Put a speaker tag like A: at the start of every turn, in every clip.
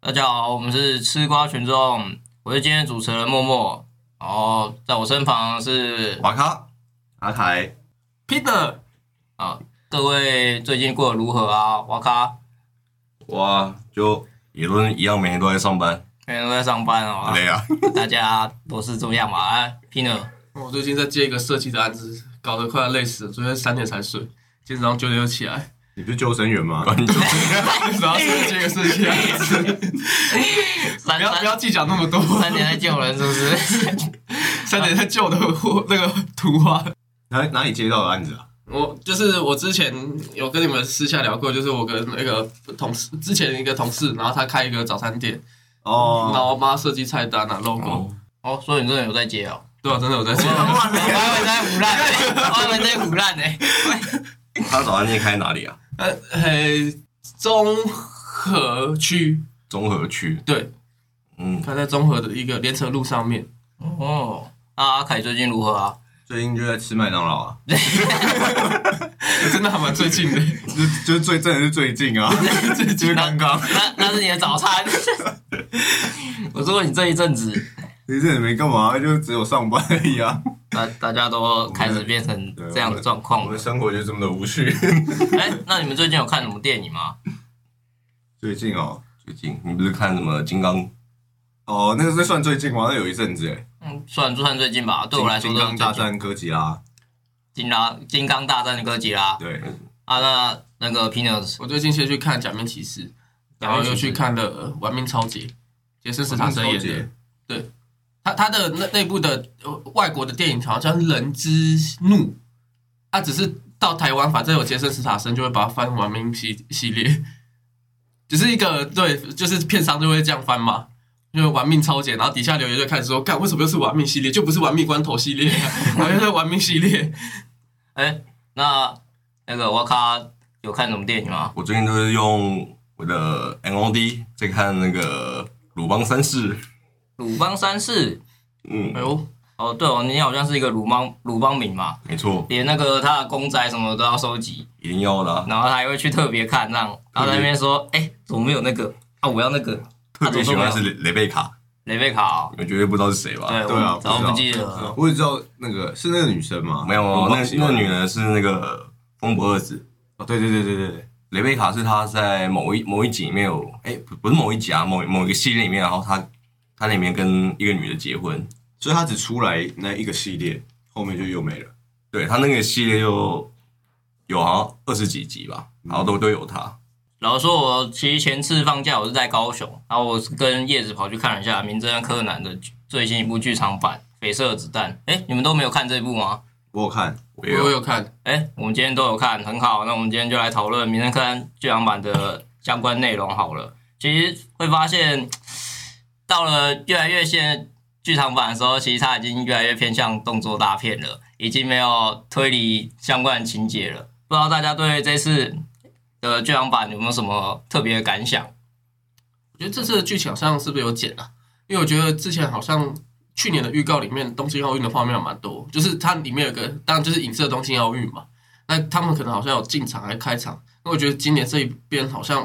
A: 大家好，我们是吃瓜群众，我是今天的主持人默默，然后在我身旁是
B: 瓦卡阿凯，
A: Peter 啊，各位最近过得如何啊？哇咔，
B: 哇，就也都一样，每天都在上班，
A: 每天都在上班哦，
B: 累啊！
A: 大家都是这样嘛？啊，Peter，
C: 我最近在接一个设计的案子，搞得快要累死了。昨天三点才睡，今天早上九点就起来，
B: 你不是救生员吗？
C: 然后接接一个设计的案
A: 哎
C: 子。
A: 三
C: 不要不要
A: 三
C: 计较那么多，
A: 三年在救人是不是？ 哎
C: 三点在旧的货那个图画。
B: 哪哪里接到的案子啊？
C: 我就是我之前有跟你们私下聊过，就是我跟那个同事之前一个同事，然后他开一个早餐店，然
B: 哦，
C: 后我帮他设计菜单啊 logo，、
A: 哦，所以你真的有在接 哦？
C: 对啊，真的有在接。
A: 我还以为在胡乱呢，我还以为在胡乱呢。
B: 他早餐店开哪里啊？
C: 呃，嘿，中和区，
B: 综合区。
C: 对，
B: 嗯，
C: 他在中和的一个连城路上面。
A: 哦，那阿凯最近如何啊？
B: 最近就在吃麦当劳啊，
C: 真的还蛮最近的，
B: 就就是最真的是最近 啊，
C: 最
B: 就是
C: 近
B: 刚刚，
A: 那那是你的早 餐。我说你这一阵子，
B: 你这也没干嘛，就只有上班而已啊。
A: 大大家都开始变成这样的状
B: 我
A: 况
B: 们
A: 了。
B: 生活就这么的无 趣。
A: 哎、那你们最近有看什么电影吗？
B: 最近哦，最近
D: 你不是看什么金刚？
B: 哦，那个是算最近吗？那有一阵子哎，
A: 嗯，算算最近吧，对我来说
B: 金
A: 都是
B: 刚
A: 最
B: 大
A: 近
B: 战哥吉拉，
A: 金刚金刚大战哥吉拉
B: 对，
A: 啊，那那个 Pinos
C: 我最近先去看《假面骑士》，然后又去看了呃《玩命超杰》，杰森斯坦森演的。他他的那那部的呃外国的电影好像《人之怒》，他只是到台湾，反正有杰森斯坦森就会把它翻《玩命系》系列，只是一个对，就是片商就会这样翻嘛。因为玩命超杰，然后底下留言就开始说：“干，为什么又是玩命系列？就不是玩命关头系列、啊， 然后又是玩命系列。
A: 哎、那那个瓦卡有看什么电影吗？
D: 我最近都是用我的 NOD 在看那个《鲁邦三世》。
A: 鲁邦三世
D: 嗯”
C: 哎，呦，
A: 哦，对哦，你好像是一个鲁邦鲁邦民嘛，
D: 没错，
A: 连那个他的公仔什么都要收集，
D: 一定要的啊、
A: 然后他还会去特别看，这样，然后在那边说：“
B: 嗯
A: 哎、怎么没有那个啊？我要那个。”啊
D: 特别喜欢是雷雷贝卡，
A: 雷贝卡、哦，
D: 你们绝对不知道是谁吧？
A: 对
B: 对啊
A: 我早
B: 不知道
A: 不记得了。
B: 我只知道那个是那个女生吗？
D: 没有，
B: 我
D: 那
B: 忘记
D: 那
B: 了
D: 个女人是那个风伯二子，
B: 哦，对对对对对对，
D: 雷贝卡是她在某一某一集里面有，哎、不不是某一集啊，某某一个系列里面，然后她她里面跟一个女的结婚，
B: 所以她只出来那一个系列，后面就又没了。
D: 对她那个系列就有好像二十几集吧，
B: 嗯
D: 然后都都有她。
A: 老实说，我其实前次放假我是在高雄，然后我是跟叶子跑去看了一下《名侦探柯南》的最新一部剧场版《绯色的子弹》。哎，你们都没有看这部吗？
B: 我有看，
D: 我
C: 我
D: 也有
C: 有看，
A: 哎，我们今天都有看，很好。那我们今天就来讨论《名侦探柯南》剧场版的相关内容好了。其实会发现，到了越来越现剧场版的时候，其实它已经越来越偏向动作大片了，已经没有推理相关的情节了。不知道大家对这次的剧场版有没有什么特别的感想？
C: 我觉得这次的剧情好像是不是有剪啊？因为我觉得之前好像去年的预告里面东京奥运的画面蛮多，就是它里面有个当然就是影射东京奥运嘛。那他们可能好像有进场还开场，那我觉得今年这一边好像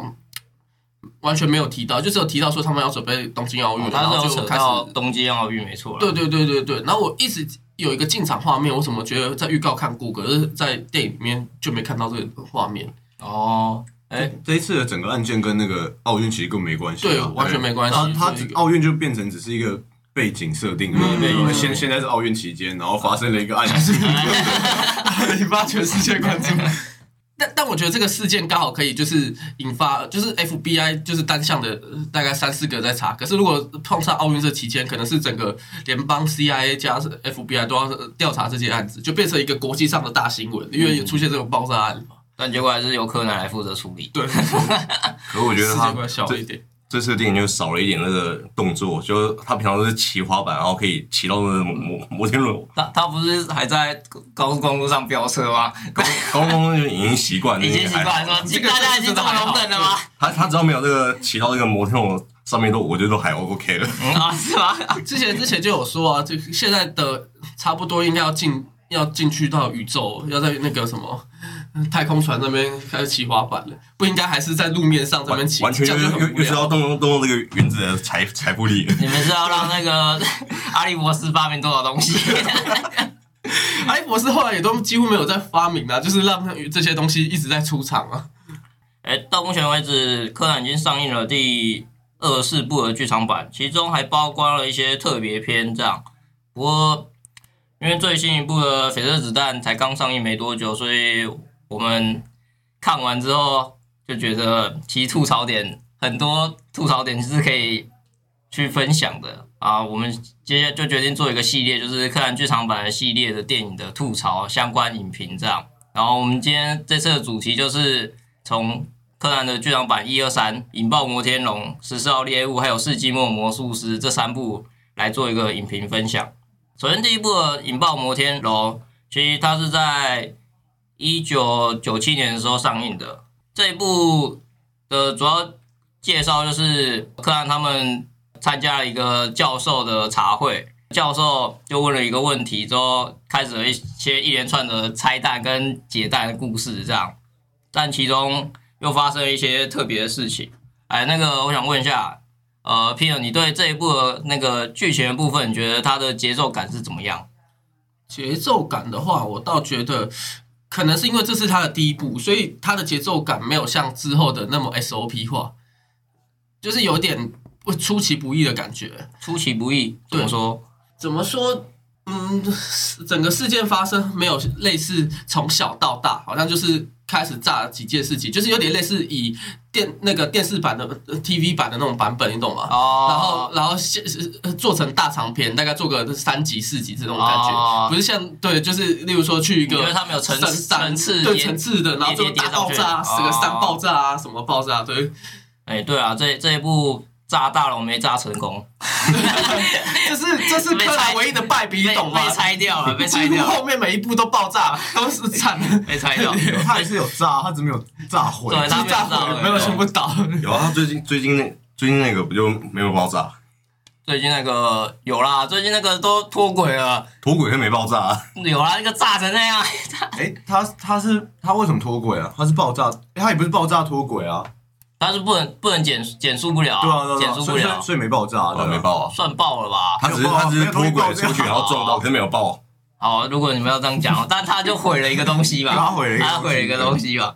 C: 嗯完全没有提到，就只有提到说他们要准备东京奥运，然
A: 它
C: 后
A: 哦嗯是有
C: 就
A: 扯
C: 开始
A: 到东京奥运，没错啦。
C: 对对对对对。然后我一直有一个进场画面，我怎么觉得在预告看过，可是在电影里面就没看到这个画面，
A: 哦，哎，
B: 这一次的整个案件跟那个奥运其实根本没关系啊、
C: 对，完全没关系。
B: 他他
C: 就是一个
B: 奥运就变成只是一个背景设定而
C: 嗯
B: 已，因为
C: 嗯
B: 现
C: 嗯
B: 现在是奥运期间，然后发生了一个案件，
C: 引发全世界关注。 但但我觉得这个事件刚好可以就是引发，就是 FBI 就是单向的呃大概三四个在查，可是如果碰上奥运这期间，可能是整个联邦 CIA 加 FBI 都要呃调查这些案子，就变成一个国际上的大新闻，因为有出现这种爆炸案嘛。
A: 但结果还是由柯南来负责处理。
C: 对， 世
D: 可我觉得她
C: 界观小一点。
D: 这次的电影就少了一点那个动作，就是他平常都是骑滑板，然后可以骑到那个摩摩摩天轮，
A: 他他不是还在高速公路上飙车吗？
D: 高中就已经习惯，
A: 已经习惯
D: 了。
A: 了，是
C: 这
A: 吧？大
C: 个
A: 家已经这么容忍了吗？
D: 他他只要没有这个骑到这个摩天轮上面都，我觉得都还 OK 了。
A: 嗯啊，是吗？
C: 之前之前就有说啊，这个现在的差不多应该要进要进去到宇宙，要在那个什么呃太空船那边开始起滑板了，不应该还是在路面上这边起，
D: 完全
C: 这
D: 又
C: 样就
D: 又
C: 很无
D: 又是
C: 聊。
D: 要动用动用这个原子的财财富力，
A: 你们是要让那个阿笠博士发明多少东 西？
C: 艾博哎士后来也都几乎没有在发明啊，就是让这些东西一直在出厂啊。
A: 哎，到目前为止，柯南已经上映了第二十四部的剧场版，其中还包括了一些特别篇这样。不过，因为最新一部的《绯色子弹》才刚上映没多久，所以我们看完之后就觉得，其实吐槽点很多，吐槽点是可以去分享的啊。我们接下来就决定做一个系列，就是柯南剧场版的系列的电影的吐槽相关影评这样。然后我们今天这次的主题就是从柯南的剧场版一二三、引爆摩天龙、十四号猎物，还有世纪末魔术师这三部来做一个影评分享。首先，第一部的引爆摩天龙，其实它是在一九九七年的时候上映的。这一部的主要介绍就是柯南他们参加了一个教授的茶会，教授就问了一个问题之后，开始了一些一连串的拆弹跟解弹的故事，这样。但其中又发生了一些特别的事情。哎，那个我想问一下，呃，Peter，你对这一部的那个剧情的部分，你觉得它的节奏感是怎么样？
C: 节奏感的话，我倒觉得可能是因为这是他的第一部，所以他的节奏感没有像之后的那么 SOP 化，就是有点不出其不意的感觉。
A: 出其不意，怎
C: 对
A: 么说？
C: 怎么说？嗯，整个事件发生没有类似从小到大，好像就是开始炸了几件事情，就是有点类似以电那个电视版的呃 TV 版的那种版本，你懂吗？然后
A: 哦，
C: 然后先呃做成大长篇，大概做个三集四集这种感觉，
A: 哦
C: 不是像对，就是例如说去一个
A: 你觉得他们有层
C: 神山
A: 层次
C: 对
A: 叠
C: 层次的，然后就
A: 叠叠
C: 大
A: 上
C: 爆
A: 去
C: 炸，
A: 哦
C: 四个山爆炸啊，什么爆炸，对，
A: 哎，对啊，这这一部炸大龙没炸成功，
C: 这是这是
A: 被
C: 柯
A: 拆
C: 南唯一的败笔，
A: 被
C: 你懂吗
A: 被？拆掉 了，被
C: 几
A: 拆
C: 乎
A: 掉了，
C: 后面每一步都爆炸，都是惨的，
A: 被拆掉了。
E: 他还是有炸，他只没有炸毁。
A: 对他
C: 是炸
A: 没有炸
C: 毁，
A: 毁
C: 没有全部倒。
D: 有啊，他最近最近那最近那个不就没有爆炸，
A: 最近那个有啦，最近那个都脱轨了，
D: 脱轨会没爆炸、啊，
A: 有啦，那个炸成那样，
E: 哎，他他是他为什么脱轨啊？他是爆炸，诶他也不是爆炸脱轨啊，
A: 但是不能不能减减速不了啊，
E: 对啊，对
A: 减
E: 啊，
A: 速不
E: 对啊所以所
A: 了
E: 以，所以没爆炸，对
D: 啊
E: 啊
D: 没。爆啊，
A: 算爆了吧？
D: 他只是
E: 没有爆啊
D: 他只是
E: 没
D: 脱
E: 有爆
D: 轨出去然后撞到，可哦是没有爆，啊
A: 好，如果你们要这样讲，但他就毁了一个东西 吧，
E: 他毁了一个东西
A: 他毁了一个东西吧。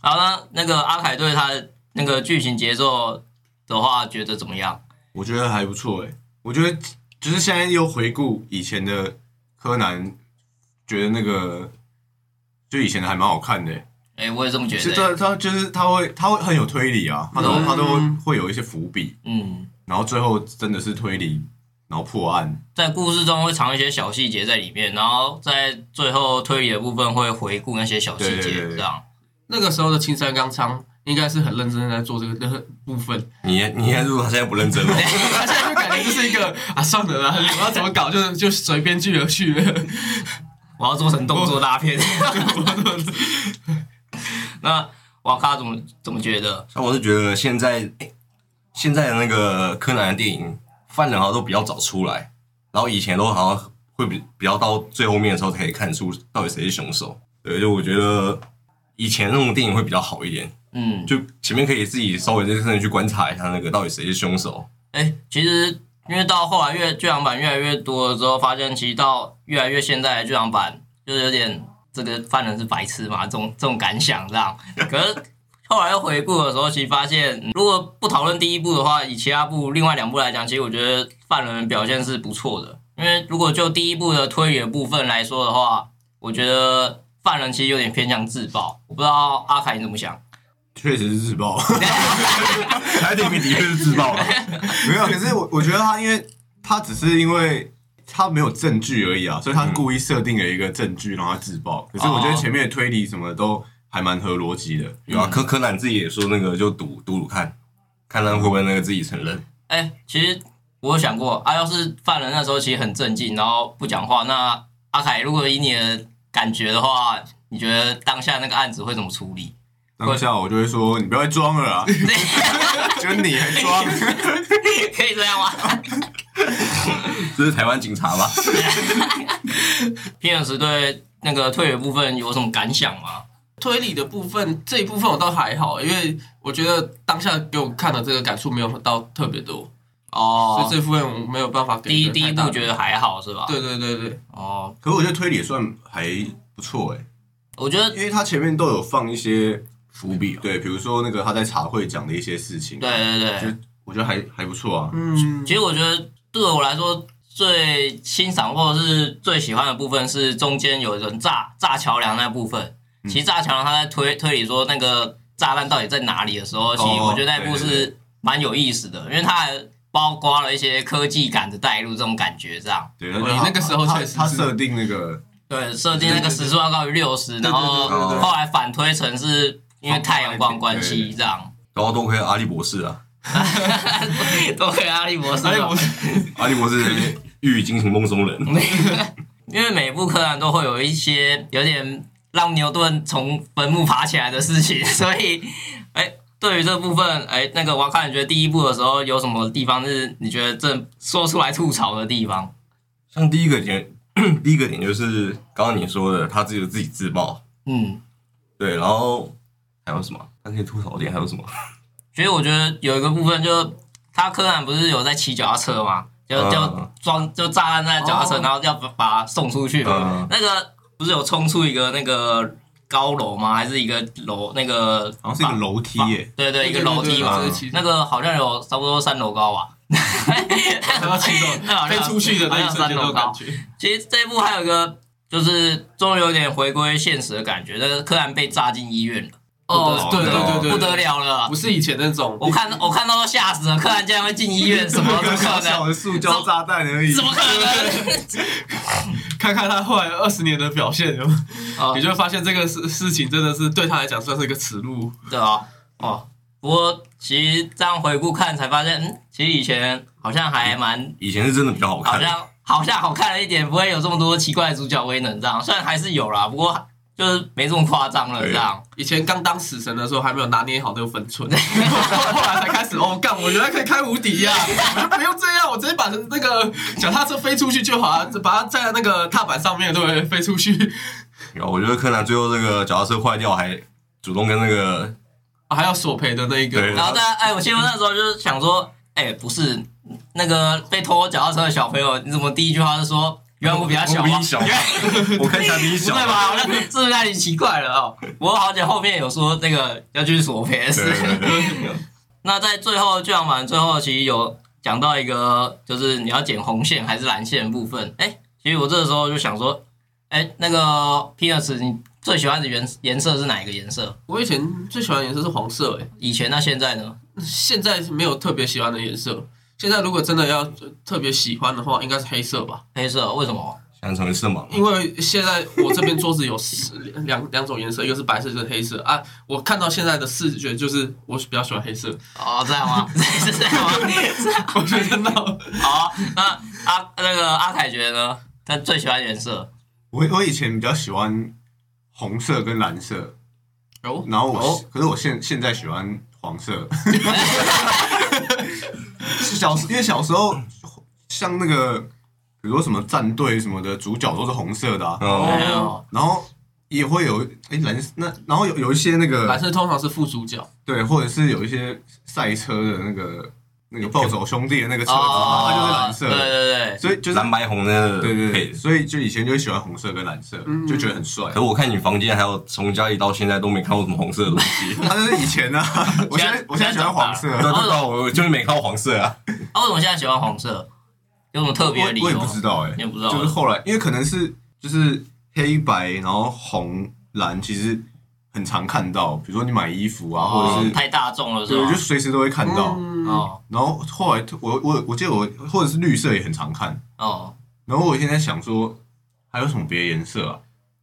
A: 好，那那个阿凯对他那个剧情节奏的话，觉得怎么样？
E: 我觉得还不错哎、我觉得就是现在又回顾以前的柯南，觉得那个就以前的还蛮好看的、欸，
A: 哎、我也这么觉
E: 是
A: 得、
E: 他他就是他会他会很有推理啊，他都
A: 嗯
E: 他都会有一些伏笔，
A: 嗯，
E: 然后最后真的是推理，然后破案，
A: 在故事中会藏一些小细节在里面，然后在最后推理的部分会回顾那些小细节，
E: 对对对对
A: 这样。
C: 那个时候的青山刚昌应该是很认真地在做这个那个部分，
D: 你你还是说他现在不认真了？
C: 他现在就感觉就是一个啊，算了啦，我要怎么搞就就随便去了去了。
A: 我要做成动作大 片。 那瓦卡怎么怎么觉得？
D: 像我是觉得现在、诶现在的那个柯南的电影，犯人好像都比较早出来，然后以前都好像会比比较到最后面的时候才可以看出到底谁是凶手。对，就我觉得以前那种电影会比较好一点，
A: 嗯，
D: 就前面可以自己稍微认真地去观察一下那个到底谁是凶手。
A: 哎、其实因为到后来越剧场版越来越多了之后，发现其实到越来越现在的剧场版，就是有点这个犯人是白痴嘛，这种这种感想这样。可是后来又回顾的时候，其实发现，嗯如果不讨论第一部的话，以其他部另外两部来讲，其实我觉得犯人的表现是不错的。因为如果就第一部的推理的部分来说的话，我觉得犯人其实有点偏向自爆。我不知道阿凯你怎么想？
E: 确实是自爆。
D: 他电影的确是自爆了，
E: 没有，可是我我觉得他，因为他只是因为他没有证据而已啊，所以他故意设定了一个证据让他自爆。可是我觉得前面的推理什么的都还蛮合逻辑的。
D: 有啊，柯柯南自己也说那个就赌赌赌看，看他会不会那个自己承认。
A: 哎、其实我有想过啊，要是犯人那时候其实很镇静，然后不讲话，那阿凯，如果以你的感觉的话，你觉得当下那个案子会怎么处理？
E: 当下我就会说，你不要再装了啊，就你还装，
A: 可以这样吗？
D: 这是台湾警察吧？
A: 皮尔斯对那个退学部分有什么感想吗？
C: 推理的部分这一部分我倒还好，因为我觉得当下给我看的这个感触没有到特别多，所
A: 哦
C: 以，这部分我没有办法给
A: 第一
C: 个
A: 第一
C: 太大
A: 部
C: 的
A: 觉得还好是吧？
C: 对对对对，
A: 哦，
E: 可我觉得推理算还不错哎、
A: 我觉得
E: 因为他前面都有放一些
D: 伏笔啊，
E: 对，比如说那个他在茶会讲的一些事情，啊
A: 对，对对，
E: 我觉得还还不错啊。
C: 嗯
A: 其实我觉得对我来说最欣赏或者是最喜欢的部分是中间有人炸炸桥梁那部分。其实炸桥梁他在推推理说那个炸弹到底在哪里的时候，其实我觉得那部
E: 对对
A: 是蛮有意思的，因为它还包括了一些科技感的带入，这种感觉这样。
E: 对，
C: 你
E: 他
C: 那个时候
E: 他
C: 确实是
E: 他设定那个
A: 对，设定那个时速要高于六十，然后
E: 对对
D: 对对
A: 后来反推成是因为太阳光关系这样。
D: 然后多亏阿笠博士啊，
A: 都可以阿笠博士吧，
C: 阿笠博士
D: 阿笠博士玉惊情梦中人，
A: 因为每部柯南都会有一些有点让牛顿从坟墓爬起来的事情，所以，哎，对于这部分，哎，那个我要看你觉得第一部的时候有什么地方是你觉得这说出来吐槽的地方？
D: 像第一个点，第一个点就是刚刚你说的，他自己自己自爆，
A: 嗯，
D: 对，然后还有什么？他可以吐槽的点还有什么？
A: 所以我觉得有一个部分就他柯南不是有在骑脚踏车吗？就
D: 嗯
A: 就装就炸弹在脚踏车，
C: 哦
A: 然后要把把他送出去嘛。
D: 嗯，
A: 那个不是有冲出一个那个高楼吗？还是一个楼那个
E: 好像是一个楼梯耶、
A: 对对，一个楼梯嘛
C: 对对对对这是其，
A: 那个好像有差不多三楼高 吧。
C: 然后气动
A: 那好像
C: 飞出去的那一
A: 好像
C: 瞬间
A: 三
C: 那
A: 楼
C: 种
A: 高
C: 感。觉，
A: 其实这一部还有一个，就是终于有点回归现实的感觉。那个柯南被炸进医院了，哦，
C: 对对对对，
A: 不得了了
C: 不！是以前那种
A: 我看我看到都吓死了，柯南竟然会进医院，什么
E: 一
A: 怎
E: 个
A: 么
E: 小
A: 可
E: 小
A: 能？
E: 的塑胶炸弹而已
A: 怎。么可能？
C: 看看他后来二十年的表现，有
A: 哦
C: 你就会发现这个事事情真的是对他来讲算是一个耻辱。
A: 对啊，哦，不过其实这样回顾看才发现，嗯，其实以前好像还蛮
D: 以前是真的比较好
A: 好
D: 看，
A: 像好像好看了一点，不会有这么多奇怪的主角威能这样，虽然还是有啦，不过就是没这么夸张了这样。
C: 以前刚当死神的时候还没有拿捏好这个分寸，后来才开始哦，干，我原来可以开无敌呀、我就不用这样，我直接把那个脚踏车飞出去就好了，啊把它站在那个踏板上面，对不对？飞出去、
D: 有我觉得柯南最后这个脚踏车坏掉，还主动跟那个
C: 啊还要索赔的那一个，
D: 对
A: 然后大家哎，我记得那时候就是想说，哎，不是那个被偷我脚踏车的小朋友，你怎么第一句话就说原来我比他小
D: 我比
A: 啊？
D: 你小
A: 原来
D: 我看起来比你
A: 不
D: 小，
A: 对吧？我那是不是让你奇怪了哦？我好像后面有说那个要去索赔的
D: 对？
A: 事。
D: 对对对
A: 那在最后剧场版最后，其实有讲到一个，就是你要剪红线还是蓝线的部分。哎、其实我这个时候就想说，哎、那个 Peanuts，你最喜欢的颜颜色是哪一个颜色？
C: 我以前最喜欢的颜色是黄色、欸，
A: 以前到现在呢？
C: 现在没有特别喜欢的颜色。现在如果真的要特别喜欢的话，应该是黑色吧。
A: 黑色，为什么？
D: 想成为色盲，
C: 因为现在我这边桌子有四两两种颜色，一个是白色，一个是黑色啊。我看到现在的视觉就是我比较喜欢黑色，
A: 哦，这样 吗？ 是这样吗？
C: 我觉得那
A: 好，那阿那个阿凯觉得呢？他最喜欢的颜色
E: 我我以前比较喜欢红色跟蓝色，
C: 哦
E: 然后我、可是我现现在喜欢黄色。是小时因为小时候像那个比如说什么战队什么的，主角都是红色的啊，
D: 哦，
A: 哦，
E: 然后也会有哎蓝那然后有有一些那个
C: 蓝色通常是副主角，
E: 对，或者是有一些赛车的那个那个暴走兄弟的那个车子，
A: 哦
E: 它就是蓝色
A: 对
E: 的，
A: 对对，
E: 所以就是
D: 蓝白红的
E: 对对
D: 配
E: 对，
D: 置。
E: 所以就以前就会喜欢红色跟蓝色，
C: 嗯
E: 就觉得很帅
D: 可。我看你房间还有从家里到现在都没看过什么红色的东西，
E: 他就是以前呢，我现在我现在喜欢黄色，
D: 对对对，我就是没看过黄色啊。
A: 啊，为什么现在喜欢黄色？有什么特别的理由？
E: 我我也不知道哎
A: 你，也不知道，
E: 就是后来因为可能是就是黑白，然后红蓝，其实很常看到，比如说你买衣服啊，或者
A: 哦
E: 是
A: 太大众了是
E: 对，
A: 吧
E: 就？随时都会看到。
C: 嗯，
A: 哦
E: 然后后来我我我记得我或者是绿色也很常看，
A: 哦，
E: 然后我现在想说，还有什么别的颜色啊？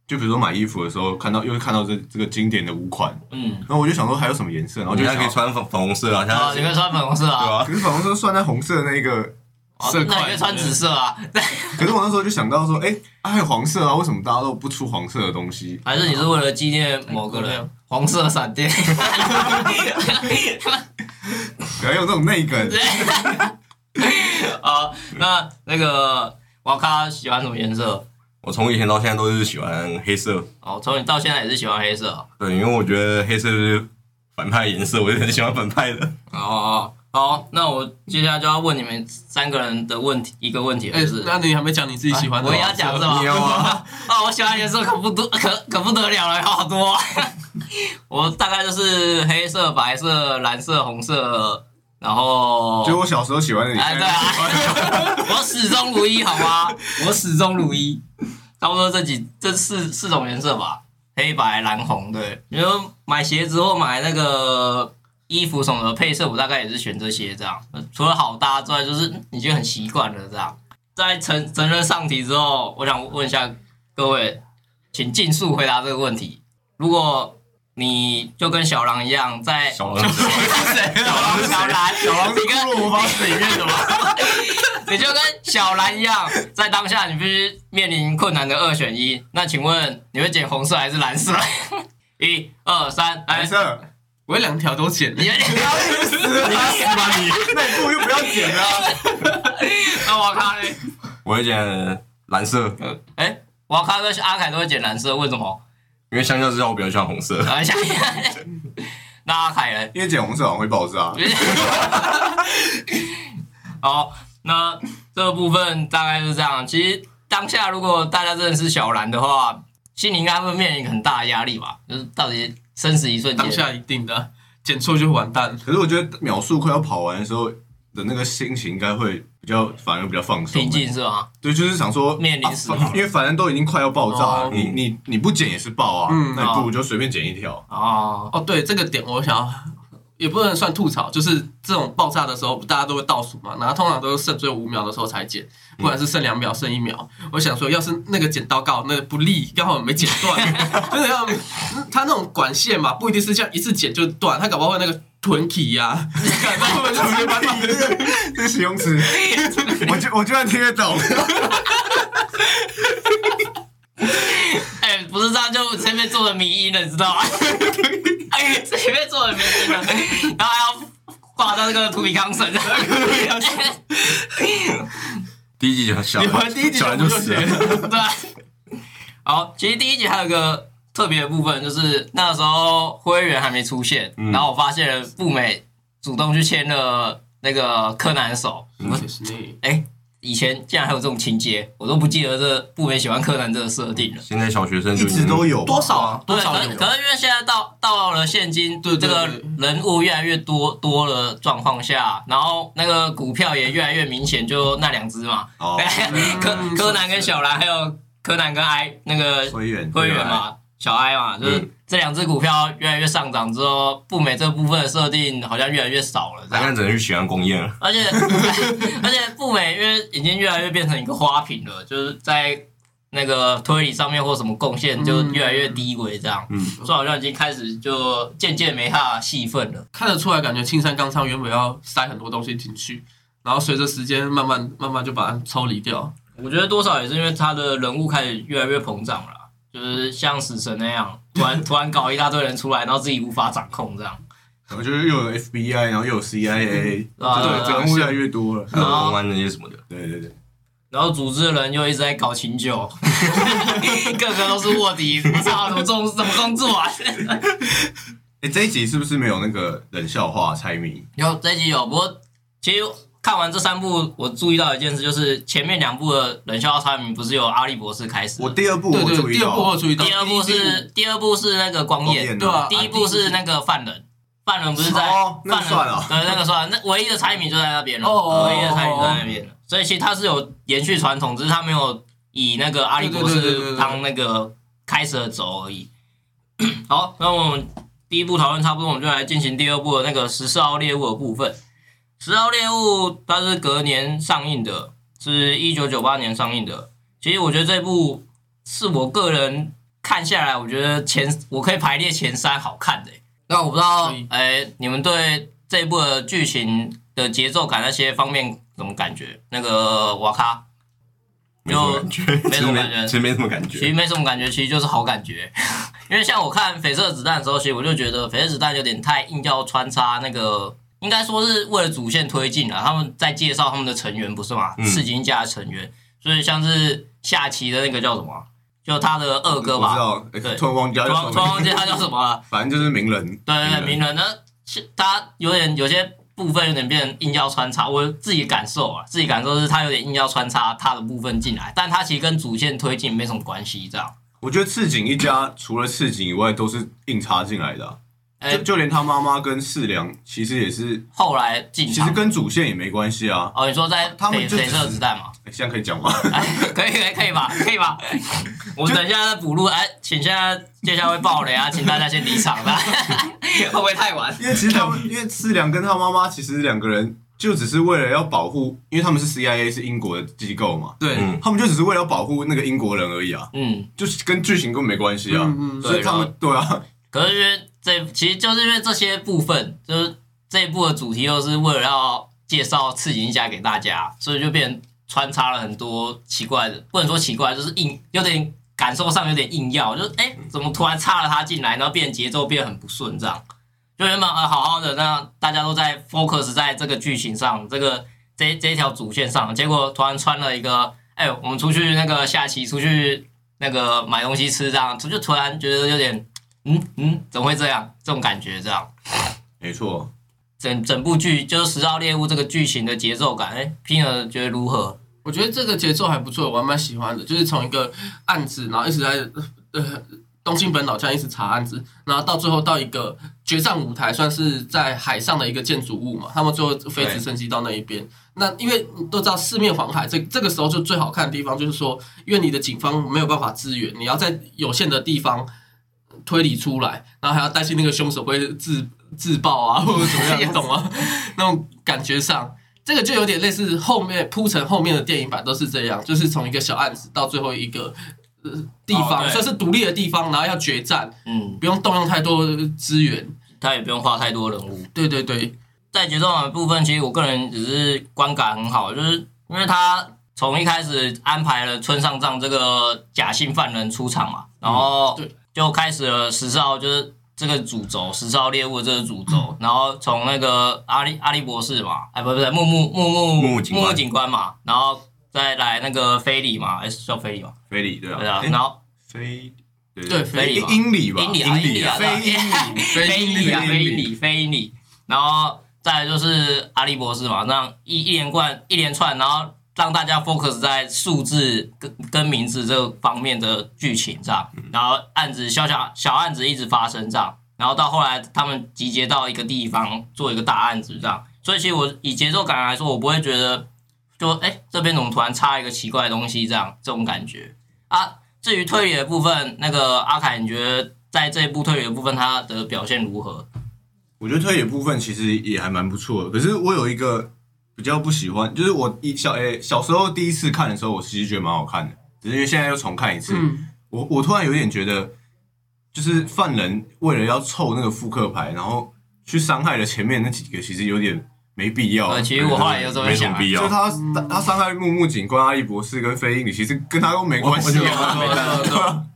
E: 就比如说买衣服的时候，看到又是看到这这个经典的五款，
A: 嗯，
E: 然后我就想说还有什么颜色，然后
D: 你
E: 就
D: 现在
E: 想
D: 可以，穿粉粉红色啊，现
A: 哦，
D: 在
A: 你可以穿粉红色
D: 对
A: 啊，
D: 吧？
E: 可是粉红色算在红色的那一个，
A: 哦
C: 色
A: 那
C: 块
A: 你可以穿紫色啊，
E: 可是我那时候就想到说，哎、啊还有黄色啊，为什么大家都不出黄色的东西？
A: 还是你是为了纪念某个人？黄色闪电，
E: 还有那种内梗，
A: 哦啊，那那个瓦卡喜欢什么颜色？
D: 我从以前到现在都是喜欢黑色，
A: 哦，从你到现在也是喜欢黑色哦
D: 对，因为我觉得黑色是反派颜色，我就很喜欢反派的。
A: 哦哦。好，那我接下来就要问你们三个人的问题，一个问题了，
C: 哎
A: 是不，是？
C: 那你还没讲你自己喜欢的
A: 哎我
C: 吗？
A: 也要讲是吧？
D: 你 要吗
A: 啊，我喜欢颜色可不多，可可不得了了，有好多、 我大概就是黑色、白色、蓝色、红色，然后
E: 就我小时候喜欢的，你
A: 哎
E: 现
A: 对
E: 在喜欢
A: 啊， 我始终如一，好吗？我始终如一，差不多这几这四四种颜色吧，黑白蓝红对。你说买鞋子或买那个衣服什么的配色，我大概也是选这些这样，呃除了好搭之外，就是你就很习惯了这样。在承承认上题之后，我想问一下各位，请尽速回答这个问题。如果你就跟小狼一样，在
D: 小狼是谁，
A: 小狼小蓝小
E: 狼
A: 你跟
E: 是骷髅魔法使里面的吧？
A: 你就跟小兰一样，在当下你必须面临困难的二选一。那请问你会捡红色还是蓝色？ 一二三，来
E: 蓝，色，
C: 我两条都剪了
A: 你。你要死吧你！
E: 内裤就不要剪了啊。
A: 那瓦卡呢？
D: 我会捡蓝色，
A: 呃哎，瓦卡跟阿凯都会捡蓝色，为什么？
D: 因为相较之下我比较喜欢红色。
A: 想一下， 那阿凯呢？
E: 因为剪红色好像会爆炸。
A: 好，那这个部分大概就是这样。其实当下如果大家真的是小蓝的话，心里应该会面临很大的压力吧？就是到底生死一瞬间
C: 当，下一定的啊，剪错就完蛋。
E: 可是我觉得秒数快要跑完的时候的那个心情，应该会比较反而比较放松。
A: 平静是吗？
E: 对，就是想说
A: 面临死
E: 啊
A: 亡
E: 反因为反正都已经快要爆炸了，
C: 哦
E: 你你你不剪也是爆啊，
C: 嗯
E: 那你不如就随便剪一条。
A: 哦，
C: 哦，对，这个点我想要，也不能算吐槽，就是这种爆炸的时候，大家都会倒数嘛，然后通常都是剩最后五秒的时候才剪，不管是剩两秒、剩一秒。我想说，要是那个剪刀刚好那个不利，刚好没剪断，真的要他那种管线嘛，不一定是这样一次剪就断，他搞不好会那个臀体呀、啊，感到会直接把你
E: 这个形容词，我居我居然听得懂。
A: 哎、不是这样，就前面做的迷音了，你知 道吗？哎，前面做的迷音了，然后还要挂到那个图比康 神。 哎
D: 第一集就小
C: 你玩第一集
D: 小
C: 就不
D: 蓝就
C: 就
D: 死
C: 剪
D: 了。
C: 了，
A: 对啊。好，其实第一集还有一个特别的部分，就是那时候灰原还没出现，
C: 嗯
A: 然后我发现了步美主动去牵了那个柯南的手。
C: 是你
A: 哎、以前竟然还有这种情节，我都不记得这步美喜欢柯南这个设定了。
D: 现在小学 生
E: 一
D: 就已
E: 直
D: 经
E: 都有吧
C: 多少啊？
A: 对，
C: 多少
A: 可
C: 有
A: 是？可是因为现在到到了现今，
C: 对
A: 这
C: 对
A: 个
C: 对
A: 人物越来越多多了状况下，然后那个股票也越来越明显，就那两只嘛，
E: 哦，
A: 哎
C: 嗯
A: 柯柯南跟小兰，还有柯南跟 I 那个
E: 灰原
A: 会员，嘛，小 I 嘛，就是
D: 啊嗯
A: 这两只股票越来越上涨之后，步美这部分的设定好像越来越少了，这
D: 大
A: 样
D: 概只能去喜欢宫宴了。
A: 而且 而且步美因为已经越来越变成一个花瓶了，就是在那个推理上面或什么贡献就越来越低微这样，
D: 嗯
A: 所以好像已经开始就渐渐没他的戏份了。
C: 看得出来，感觉青山刚昌原本要塞很多东西进去，然后随着时间慢慢慢慢就把它抽离掉。
A: 我觉得多少也是因为他的人物开始越来越膨胀了啊，就是像死神那样，突然 突然搞一大堆人出来，然后自己无法掌控这样。
E: 然后就是又有 FBI，然后又有 CIA，
A: 啊
E: 对，
A: 对
E: 人物越来越多了。
D: 还有公安那些什么的，
E: 对对对，
A: 然后组织的人又一直在搞情酒， 个个都是卧底，不知道怎么工怎么工作啊？
E: 哎，这一集是不是没有那个冷笑话猜谜？
A: 有这一集有，不过其实看完这三部，我注意到一件事，就是前面两部的冷笑话猜谜不是由阿笠博士开始的，
E: 我第二部
C: 对
E: 我注
C: 对，
E: 意
C: 第二部我
E: 到，
C: 有注意到，
A: 第二部是第二部是那个光
E: 光
A: 彦，
E: 彦
C: 对啊
A: 第一部是那个犯人，犯人不是在
E: 哦那
A: 犯
E: 个
A: 人
E: 算了
A: 对那个算了，那唯一的猜谜就在那边了，
C: 哦
A: 唯一的猜谜就在那边了，所以其实他是有延续传统，只是他没有以那个阿笠博
C: 对对对对
A: 士
C: 对
A: 当那个开始的轴而已。 好，那我们第一步讨论差不多，我们就来进行第二步的那个十四号猎物的部分。十号猎物它是隔年上映的，是一九九八年上映的。其实我觉得这部是我个人看下来，我觉得前我可以排列前三好看的欸、那我不知道
C: 所以，
A: 哎、你们对这一部的剧情的节奏感那些方面怎么感觉？那个瓦卡
D: 没什么感觉，其
A: 没什
D: 实
A: 么
D: 没
A: 感觉
D: 其实没什么感
A: 其
D: 觉。
A: 实没什么感觉，其实就是好感觉。 因为像我看《绯色子弹》的时候，其实我就觉得《绯色子弹》有点太硬要穿插那个，应该说是为了主线推进啊。他们在介绍他们的成员不是嘛？
D: 嗯
A: 赤井一家的成员，所以像是下棋的那个叫什么啊，就他的二哥
E: 我知
A: 吧，
E: 道，
A: 对
E: 欸突然忘记他
A: 突
E: 叫
A: 然
E: 什么
A: 突然忘记他叫什么 了。
E: 反正就是名人，
A: 对对对，名人呢，是他有点有些部分有点变硬要穿插，我自己感受啊，自己感受是他有点硬要穿插他的部分进来，但他其实跟主线推进没什么关系，这样。
E: 我觉得赤井一家除了赤井以外都是硬插进来的啊、
A: 哎、
E: 就就连他妈妈跟四良其实也是，
A: 后来进
E: 其
A: 场
E: 实跟主线也没关系啊。
A: 哦，你说在
E: 他们
A: 北
E: 就
A: 北
E: 只
A: 色
E: 是
A: 子弹嘛？
E: 欸现在可以讲吗？
A: 哎，可以可以可以吧，可以吧。我等一下再补录，哎，请现在接下来会爆雷啊，请大家先离 场 啦，会不会太晚？
E: 因为其实他们，因为四良跟他妈妈其实两个人就只是为了要保护，因为他们是 CIA 是英国的机构嘛，
C: 对，
D: 嗯
E: 他们就只是为了要保护那个英国人而已啊，
A: 嗯，
E: 就是跟剧情根本没关系啊。
C: 嗯嗯
E: 所以他们对啊，
A: 可是因为这其实就是因为这些部分，就是这一部的主题又是为了要介绍刺激一下给大家，所以就变成穿插了很多奇怪的，不能说奇怪，就是硬有点感受上有点硬要，就是哎、怎么突然插了他进来，然后变节奏变得很不顺这样。就原本呃好好的，那大家都在 focus 在这个剧情上，这个这这一条主线上，结果突然穿了一个，哎、我们出去那个下棋，出去那个买东西吃这样，就就突然觉得有点嗯嗯，怎么会这样？这种感觉，这样
E: 没错，
A: 整整部剧就是《十号猎物》这个剧情的节奏感，哎、拼了觉得如何？
C: 我觉得这个节奏还不错，我还蛮喜欢的。就是从一个案子，然后一直在呃东京本岛这样一直查案子，然后到最后到一个决战舞台，算是在海上的一个建筑物嘛。他们最后飞直升机到那一边。那因为你都知道四面环海，这这个时候就最好看的地方就是说，因为你的警方没有办法支援，你要在有限的地方推理出来，然后还要担心那个凶手会自自爆啊，或者怎么 样，你懂吗？ 那种感觉上，这个就有点类似后面铺成后面的电影版都是这样，就是从一个小案子到最后一个呃地
A: 哦
C: 方，
A: 对
C: 算是独立的地方，然后要决战，
A: 嗯，
C: 不用动用太多资源。
A: 他也不用画太多人物。
C: 对对对，
A: 在节奏感的部分，其实我个人只是观感很好，就是因为他从一开始安排了村上丈这个假性犯人出场嘛，然
D: 嗯
A: 后
C: 对
A: 就开始了十四号就是这个主轴，十四号猎物这个主
D: 嗯
A: 轴，然后从那个阿力阿力博士嘛，哎不不对，木木木木
D: 木木警官
A: 木木警官嘛，然后再来那个菲里嘛，哎是叫菲里嘛，
E: 非礼对啊，
A: 对啊，
D: 哎
E: 欸
A: 然后
E: 非对
C: 对
A: 非礼嘛
E: 英里吧，
A: 英里啊
E: 英
A: 英里啊
E: 非英里，
A: 非
C: 非
A: 英里啊，非英里，非英里，然后再来就是阿笠博士嘛，让一一连贯一连串，然后让大家 focus 在数字跟跟名字这方面的剧情上，然后案子小小小案子一直发生这样，然后到后来他们集结到一个地方做一个大案子这样，所以其实我以节奏感来说，我不会觉得就哎、诶这边怎么突然插一个奇怪的东西这样这种感觉啊。至于推理的部分，那个阿凯，你觉得在这一部推理的部分，他的表现如何？
E: 我觉得推理部分其实也还蛮不错的，可是我有一个比较不喜欢，就是我一小诶、小时候第一次看的时候，我其实觉得蛮好看的，只是因为现在又重看一次，
C: 嗯，
E: 我我突然有点觉得，就是犯人为了要凑那个复刻牌，然后去伤害了前面那几个，其实有点没必要。
A: 呃，其实我后来有这么
D: 哦没什
A: 想
D: 么
A: 啊，
D: 必
E: 就
D: 要
E: 是。他他伤害木木警官、阿笠博士跟飞鹰，你其实跟他都没关系
C: 我
E: 啊。
C: 我懂我懂我懂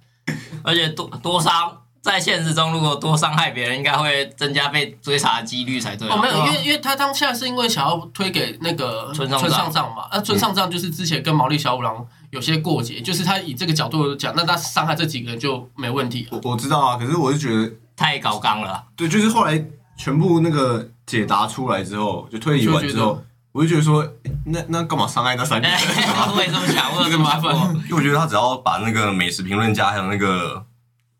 A: 而且多多伤，在现实中如果多伤害别人，应该会增加被追查的几率才对啊、
C: 哦，没有，因为因为他当下是因为想要推给那个
A: 村上藏
C: 上藏嘛，呃那村上藏就是之前跟毛利小五郎有些过节，就是他以这个角度讲，那他伤害这几个人就没问题了。
E: 我我知道啊，可是我是觉得，
A: 太搞纲 了。
E: 对，就是后来全部那个解答出来之后，就推理完之
C: 就觉
E: 后，我就觉得说，诶那那干嘛伤害那三 个人？
A: 我也这么想，我有这么想过。
D: 因为我觉得他只要把那个美食评论家，还有那个，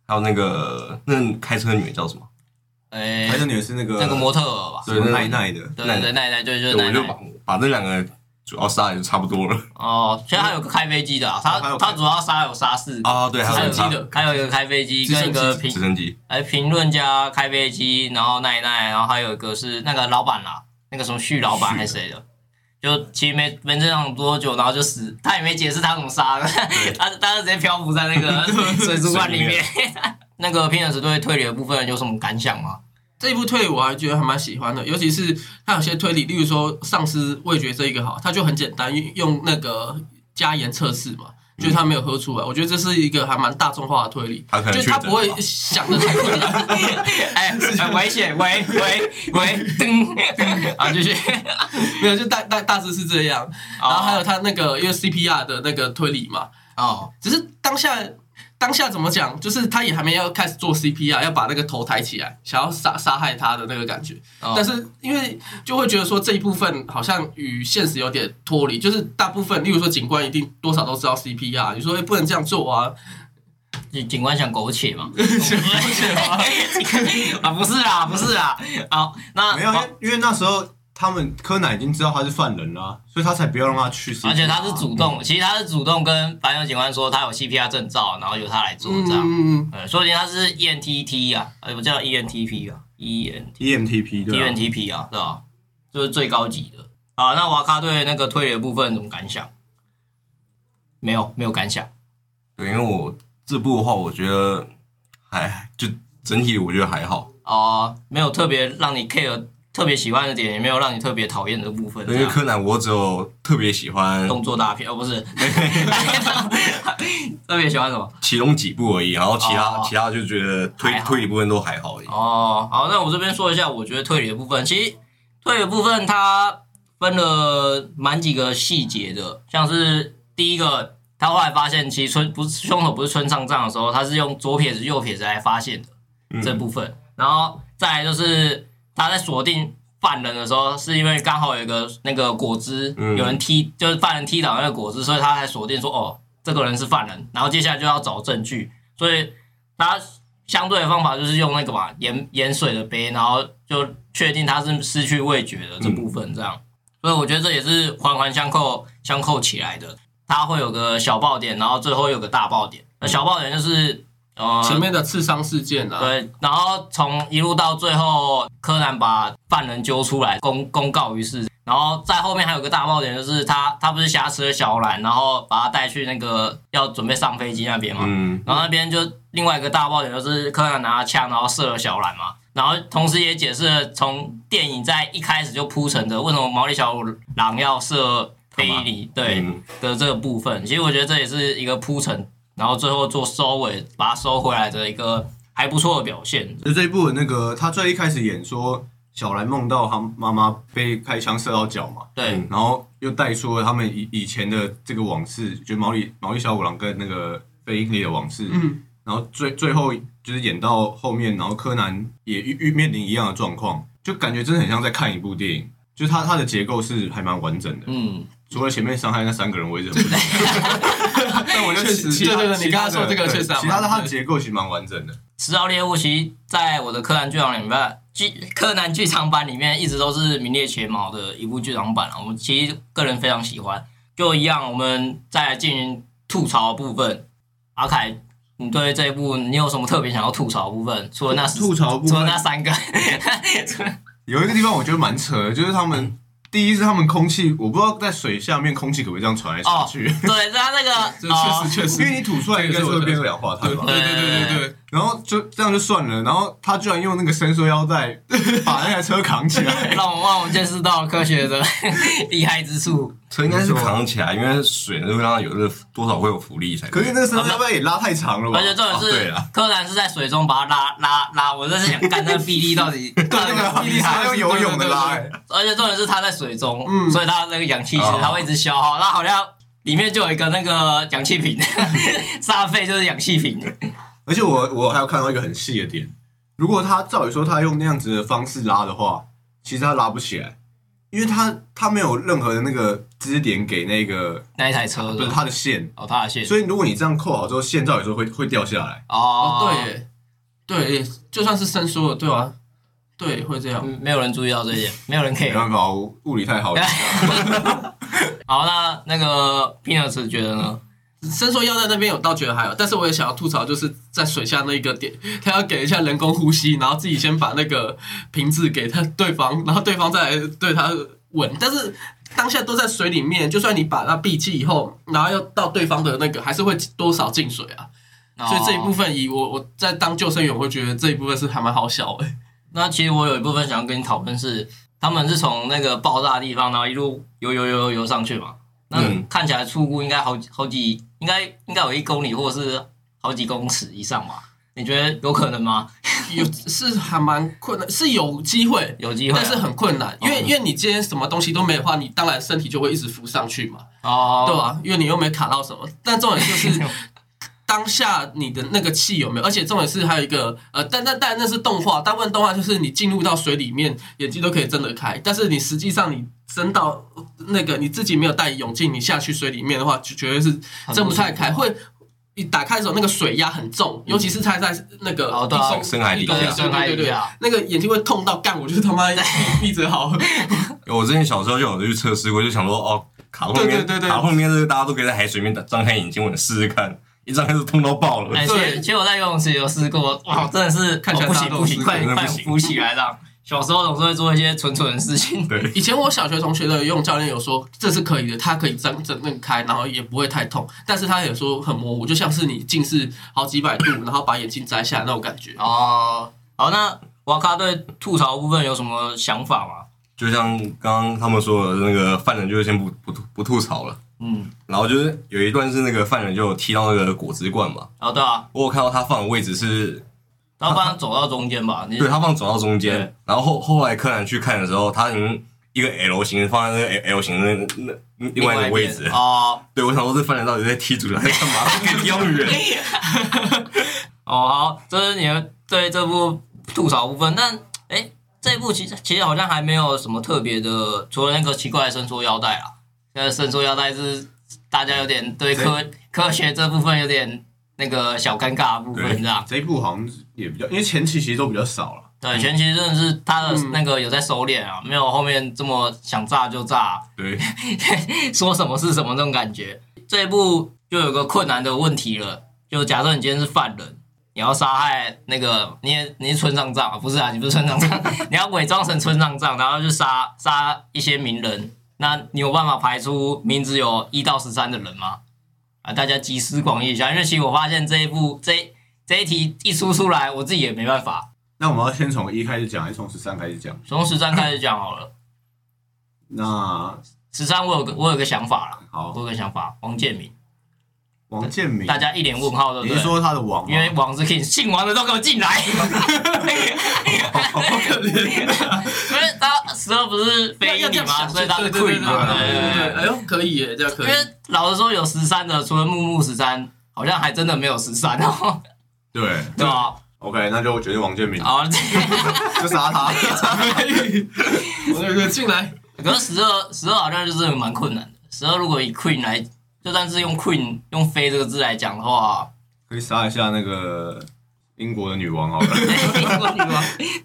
D: 还有那个那开车女的叫什么？
A: 哎、
E: 还是你是那个
A: 那个模特儿吧？
E: 什么奈奈的？
A: 对对对，奈奈就是就是
D: 对
A: 奈
D: 我就
A: 奈
D: 把。把这两个主要杀也就差不多了
A: 哦，其实他有个开飞机的、啊，
E: 还
A: 他
E: 有
A: 他主要杀有杀四，
D: 啊。对，还有
C: 相
D: 人
C: 机
D: 杀
C: 的
A: 还有一个开飞机跟一个评
D: 直升机，
A: 哎，评论家、开飞机，然后奈奈，然后还有一个是那个老板啦，那个什么旭老板还是谁的，就其实没没这样多久，然后就死，他也没解释他怎么杀的， 他他就直接漂浮在那个水族馆里面。那个平尔斯对推理的部分有什么感想 吗？
C: 这一部推理我还觉得还蛮喜欢的，尤其是它有些推理，例如说丧尸味觉这一个好，它就很简单，用用那个加盐测试嘛。
A: 嗯
C: 就是他没有喝出来。我觉得这是一个还蛮大众化的推理，
D: 他可能
C: 就
D: 确
C: 他
D: 诊
C: 不会
D: 了吧
C: 想的太困难。
A: 哎，很危险，喂喂喂， 噔，啊，继续，
C: 没有，就大大大致是这样。然后还有他那个因为 CPR 的那个推理嘛，
A: 哦，
C: 只是当下当下怎么讲，就是他也还没要开始做 CPR，要把那个头抬起来，想要杀杀害他的那个感觉。
A: 哦
C: 但是因为就会觉得说这一部分好像与现实有点脱离，就是大部分，例如说警官一定多少都知道 CPR，你说、哎不能这样做啊，
A: 警警官 想苟且嘛？ 啊，不是啦，不是啦，好，那
E: 没有，因为因为那时候他们柯南已经知道他是犯人啦，所以他才不要让他去 CPR。
A: 而且他是主
E: 嗯
A: 动，其实他是主动跟白牛警官说他有 CPR 证照，然后由他来做这样。
C: 嗯，
A: 呃，说不定他是 ENTT 啊，呃，不叫 ENTP 啊，EN
E: EMTP 对啊
A: ENTP 啊，对吧？就是最高级的。啊，那瓦卡对那个推理的部分怎么感想？没有，没有感想。
D: 对，因为我这部的话，我觉得还就整体我觉得还好，
A: 哦、没有特别让你 care、特别喜欢的点，也没有让你特别讨厌的部分。
D: 因
A: 这
D: 为
A: 样
D: 柯南我只有特别喜欢
A: 动作大片哦，不 是， 特别喜欢什么？
D: 其中几部而已，然后其他、
A: 哦
D: 其他就觉得推
A: 还好
D: 推理部分都还好而已。
A: 哦，好，那我这边说一下，我觉得推理的部分，其实推理的部分它分了蛮几个细节的，像是第一个，他后来发现其实村不是凶手不是村上丈的时候，他是用左撇子、右撇子来发现的、
D: 嗯
A: 这部分，然后再来就是他在锁定。犯人的时候，是因为刚好有一个那个果汁，
D: 嗯
A: 有人踢，就是犯人踢倒那个果汁，所以他才锁定说，哦，这个人是犯人。然后接下来就要找证据，所以他相对的方法就是用那个嘛盐盐水的杯，然后就确定他是失去味觉的
C: 嗯
A: 这部分这样。所以我觉得这也是环环相扣相扣起来的，它会有个小爆点，然后最后有个大爆点。那小爆点就是呃
C: 前面的刺伤事件啊，
A: 对，然后从一路到最后，柯南把犯人揪出来，公公告于世。然后在后面还有个大爆点，就是他他不是挟持了小兰，然后把他带去那个要准备上飞机那边嘛。
D: 嗯，
A: 然后那边就另外一个大爆点就是柯南拿枪然后射了小兰嘛，然后同时也解释了从电影在一开始就铺陈的为什么毛利小五郎要射贝里对
D: 嗯
A: 的这个部分。其实我觉得这也是一个铺陈，然后最后做收尾把它收回来的一个还不错的表现。
E: 就这一部的那个，他最一开始演说小兰梦到他妈妈被开枪射到脚嘛，
A: 对
D: 嗯
E: 然后又带出了他们以以前的这个往事，就毛利毛利小五郎跟那个飞鹰里的往事，
C: 嗯，
E: 然后最最后就是演到后面，然后柯南也遇遇面临一样的状况，就感觉真的很像在看一部电影，就是它它的结构是还蛮完整的，
A: 嗯，
E: 除了前面伤害那三个人，我也认不出来。但我就
C: 确实
E: 其他
C: 对对对
E: 其他的
C: 你刚刚说这个
E: 对
C: 确实还蛮
E: 其他的它的结构其实蛮完整的。
A: 食道猎物其实在我的柯南剧场里面，剧柯南剧场版里面一直都是名列前茅的一部剧场版啊。我们其实个人非常喜欢。就一样，我们再来进行吐槽的部分。阿凯，你对这一部你有什么特别想要吐槽的部分？除了那
E: 吐槽部
A: 除了
E: 分
A: 那三个，
E: 有一个地方我觉得蛮扯的，就是他们第一是他们空气，我不知道在水下面空气可不可以这样传来传
C: 哦
E: 去，
A: 对，他那
C: 这
A: 个
C: 确
A: 哦
C: 实确
E: 啊因
C: 实，
E: 为你吐出来应该是会变成二氧化碳
C: 对
E: 嘛。
C: 对对对对，
E: 然后就这样就算了，然后他居然用那个伸缩腰带把那台车扛起 来，
A: 让我让我们见识到科学的 厉害之处。
D: 车应该是扛起来，因为水会让它有这个多少会有浮力才
E: 可
D: 对。
E: 是那个伸缩腰带也拉太长了吧？啊
A: 而且重点
D: 哦对
A: 是
D: 啦，
A: 柯南是在水中把它拉拉拉，我真是想干那个臂力到底到底
E: 那个
A: 臂力
E: 还
A: 差
E: 要游泳的拉，
C: 对对
E: 欸
A: 而且重点是它在水中，
C: 嗯
A: 所以它那个氧气其实它会一直消耗，那好像里面就有一个那个氧气瓶，煞费就是氧气瓶。
E: 而且我我还有看到一个很细的点，如果他照理说他用那样子的方式拉的话，其实他拉不起来，因为他他没有任何的那个支点给那个
A: 那一台车
E: 不是
A: 的，
E: 他的线，
A: 哦，他的线，
E: 所以如果你这样扣好之后，线照理说会会掉下来。
A: 哦，
C: 哦对耶对耶，就算是伸缩了，对啊，对会这样，
A: 嗯，没有人注意到这一点，没有人
E: 没
A: care。
E: 办法，我物理太 好了。
A: 好，那那个 Peanuts 觉得呢？
C: 伸缩腰在那边有倒觉得还好，但是我也想要吐槽，就是在水下那一个点，他要给一下人工呼吸，然后自己先把那个瓶子给他对方， 然后对方再来对他吻，但是当下都在水里面，就算你把它闭气以后，然后要到对方的那个，还是会多少进水啊。所以这一部
A: 哦
C: 分以我我在当救生员，我会觉得这一部分是还蛮好笑的。
A: 那其实我有一部分想要跟你讨论是，他们是从那个爆炸的地方，然后一路游游游游游上去嘛。那
C: 嗯
A: 看起来触估应该好好几，应该应该有一公里或是好几公尺以上吧？你觉得有可能吗？
C: 有是还蛮困难，是有机会，
A: 有机会啊、
C: 但是很困难，因为因为你今天什么东西都没的话，你当然身体就会一直浮上去嘛，
A: 哦，
C: 对吧、因为你又没卡到什么，但重点就是当下你的那个气有没有，而且重点是还有一个呃，但但但那是动画，大部分动画就是你进入到水里面，眼睛都可以睁得开，但是你实际上你真到那个你自己没有带泳镜，你下去水里面的话，就绝对是睁不太开，会。你打开的时候，那个水压很重，尤其是它在那个
A: 哦对啊
C: 一公
D: 深海底
C: 一公
D: 下
C: 对
A: 深海
C: 对
A: 底
C: 对
A: 下，
C: 那个眼睛会痛到干，我就是他妈闭着好。
D: 我之前小时候就有去测试过，就想说哦，卡后面，
C: 对对对对
D: 卡后面这个大家都可以在海水面打张开眼睛，我试试看，一张开就痛到爆了。
A: 哎，其实
C: 对
A: 其实我在游泳池有试过，哇，真的是
C: 看起来
A: 哦不
C: 大
A: 行
C: 家都
A: 不行，
C: 有试过
A: 快
D: 真的
A: 快
D: 不行
A: 浮起来让。小时候总是会做一些蠢蠢的事情，
D: 对，
C: 以前我小学同学的游泳教练有说这是可以的，他可以张整正开，然后也不会太痛，但是他也说很模糊，就像是你近视好几百度，然后把眼镜摘下来那种感觉。
A: 哦，好，那瓦卡对吐槽部分有什么想法吗？
D: 就像刚刚他们说的那个犯人，就先不不吐不吐槽了。
A: 嗯，
D: 然后就是有一段是那个犯人就有踢到那个果汁罐嘛，
A: 哦，对啊，
D: 我有看到他放的位置是，
A: 然后帮他走到中间吧，你
D: 对他放走到中
A: 对
D: 间，然后后后来柯南去看的时候，他已经一个 L 型放在那个 L 型的那那另外一个位
A: 边
D: 置。
A: 哦
D: 对，我想说这犯人到底在踢足球还是干嘛？可以踢到女人？
A: 哦，好，这是你的对这部吐槽部分，但哎，这一部其实其实好像还没有什么特别的，除了那个奇怪的伸缩腰带啊，现在伸缩腰带是大家有点对科科学这部分有点那个小尴尬的部分
D: 对
A: 这样。
E: 这一部好像也比较，因为前期其实都比较少了。
A: 对，前期真的是他的那个有在收敛啊，没有后面这么想炸就炸，
D: 对，
A: 说什么是什么那种感觉。这一步就有个困难的问题了，就假设你今天是犯人，你要杀害那个你也你是村上藏啊，不是啊，你不是村上藏，你要伪装成村上藏，然后去杀杀一些名人，那你有办法排出名字有一到十三的人吗？啊，大家集思广益一下，因为其实我发现这一步这一这一题一出出来，我自己也没办法。
E: 那我们要先从一开始讲，还是从十三开始讲？
A: 从十三开始讲好了，
E: 那
A: 十三我有个我有个想法啦，
E: 好
A: 我，有个想法，王建民，
E: 王建民，
A: 大家一脸问号，对不
E: 你
A: 对？
E: 是说他的王吗？
A: 因为王是 king，姓王的都给我进来。 因为他十二不是非
C: 要
A: 一
C: 这
A: 女
C: 样
A: 嘛，
C: 想，
A: 所以他是
C: 对对对
A: queen
C: 对
A: 嘛。
C: 对对对，
A: 对
C: 哎呦，可以耶，这样可
A: 因
C: 以。
A: 为老实说，有十三的，除了木木十三，好像还真的没有十三哦，
E: 对
A: 对哦吧？
E: ，OK，那就决定王建民，
A: 好，
E: 就杀 他。
C: 我那个进来，
A: 可是十二十二好像就是蛮困难的。十二如果以 queen 来，就算是用 queen 用妃这个字来讲的话，
E: 可以杀一下那个英国的女王好了。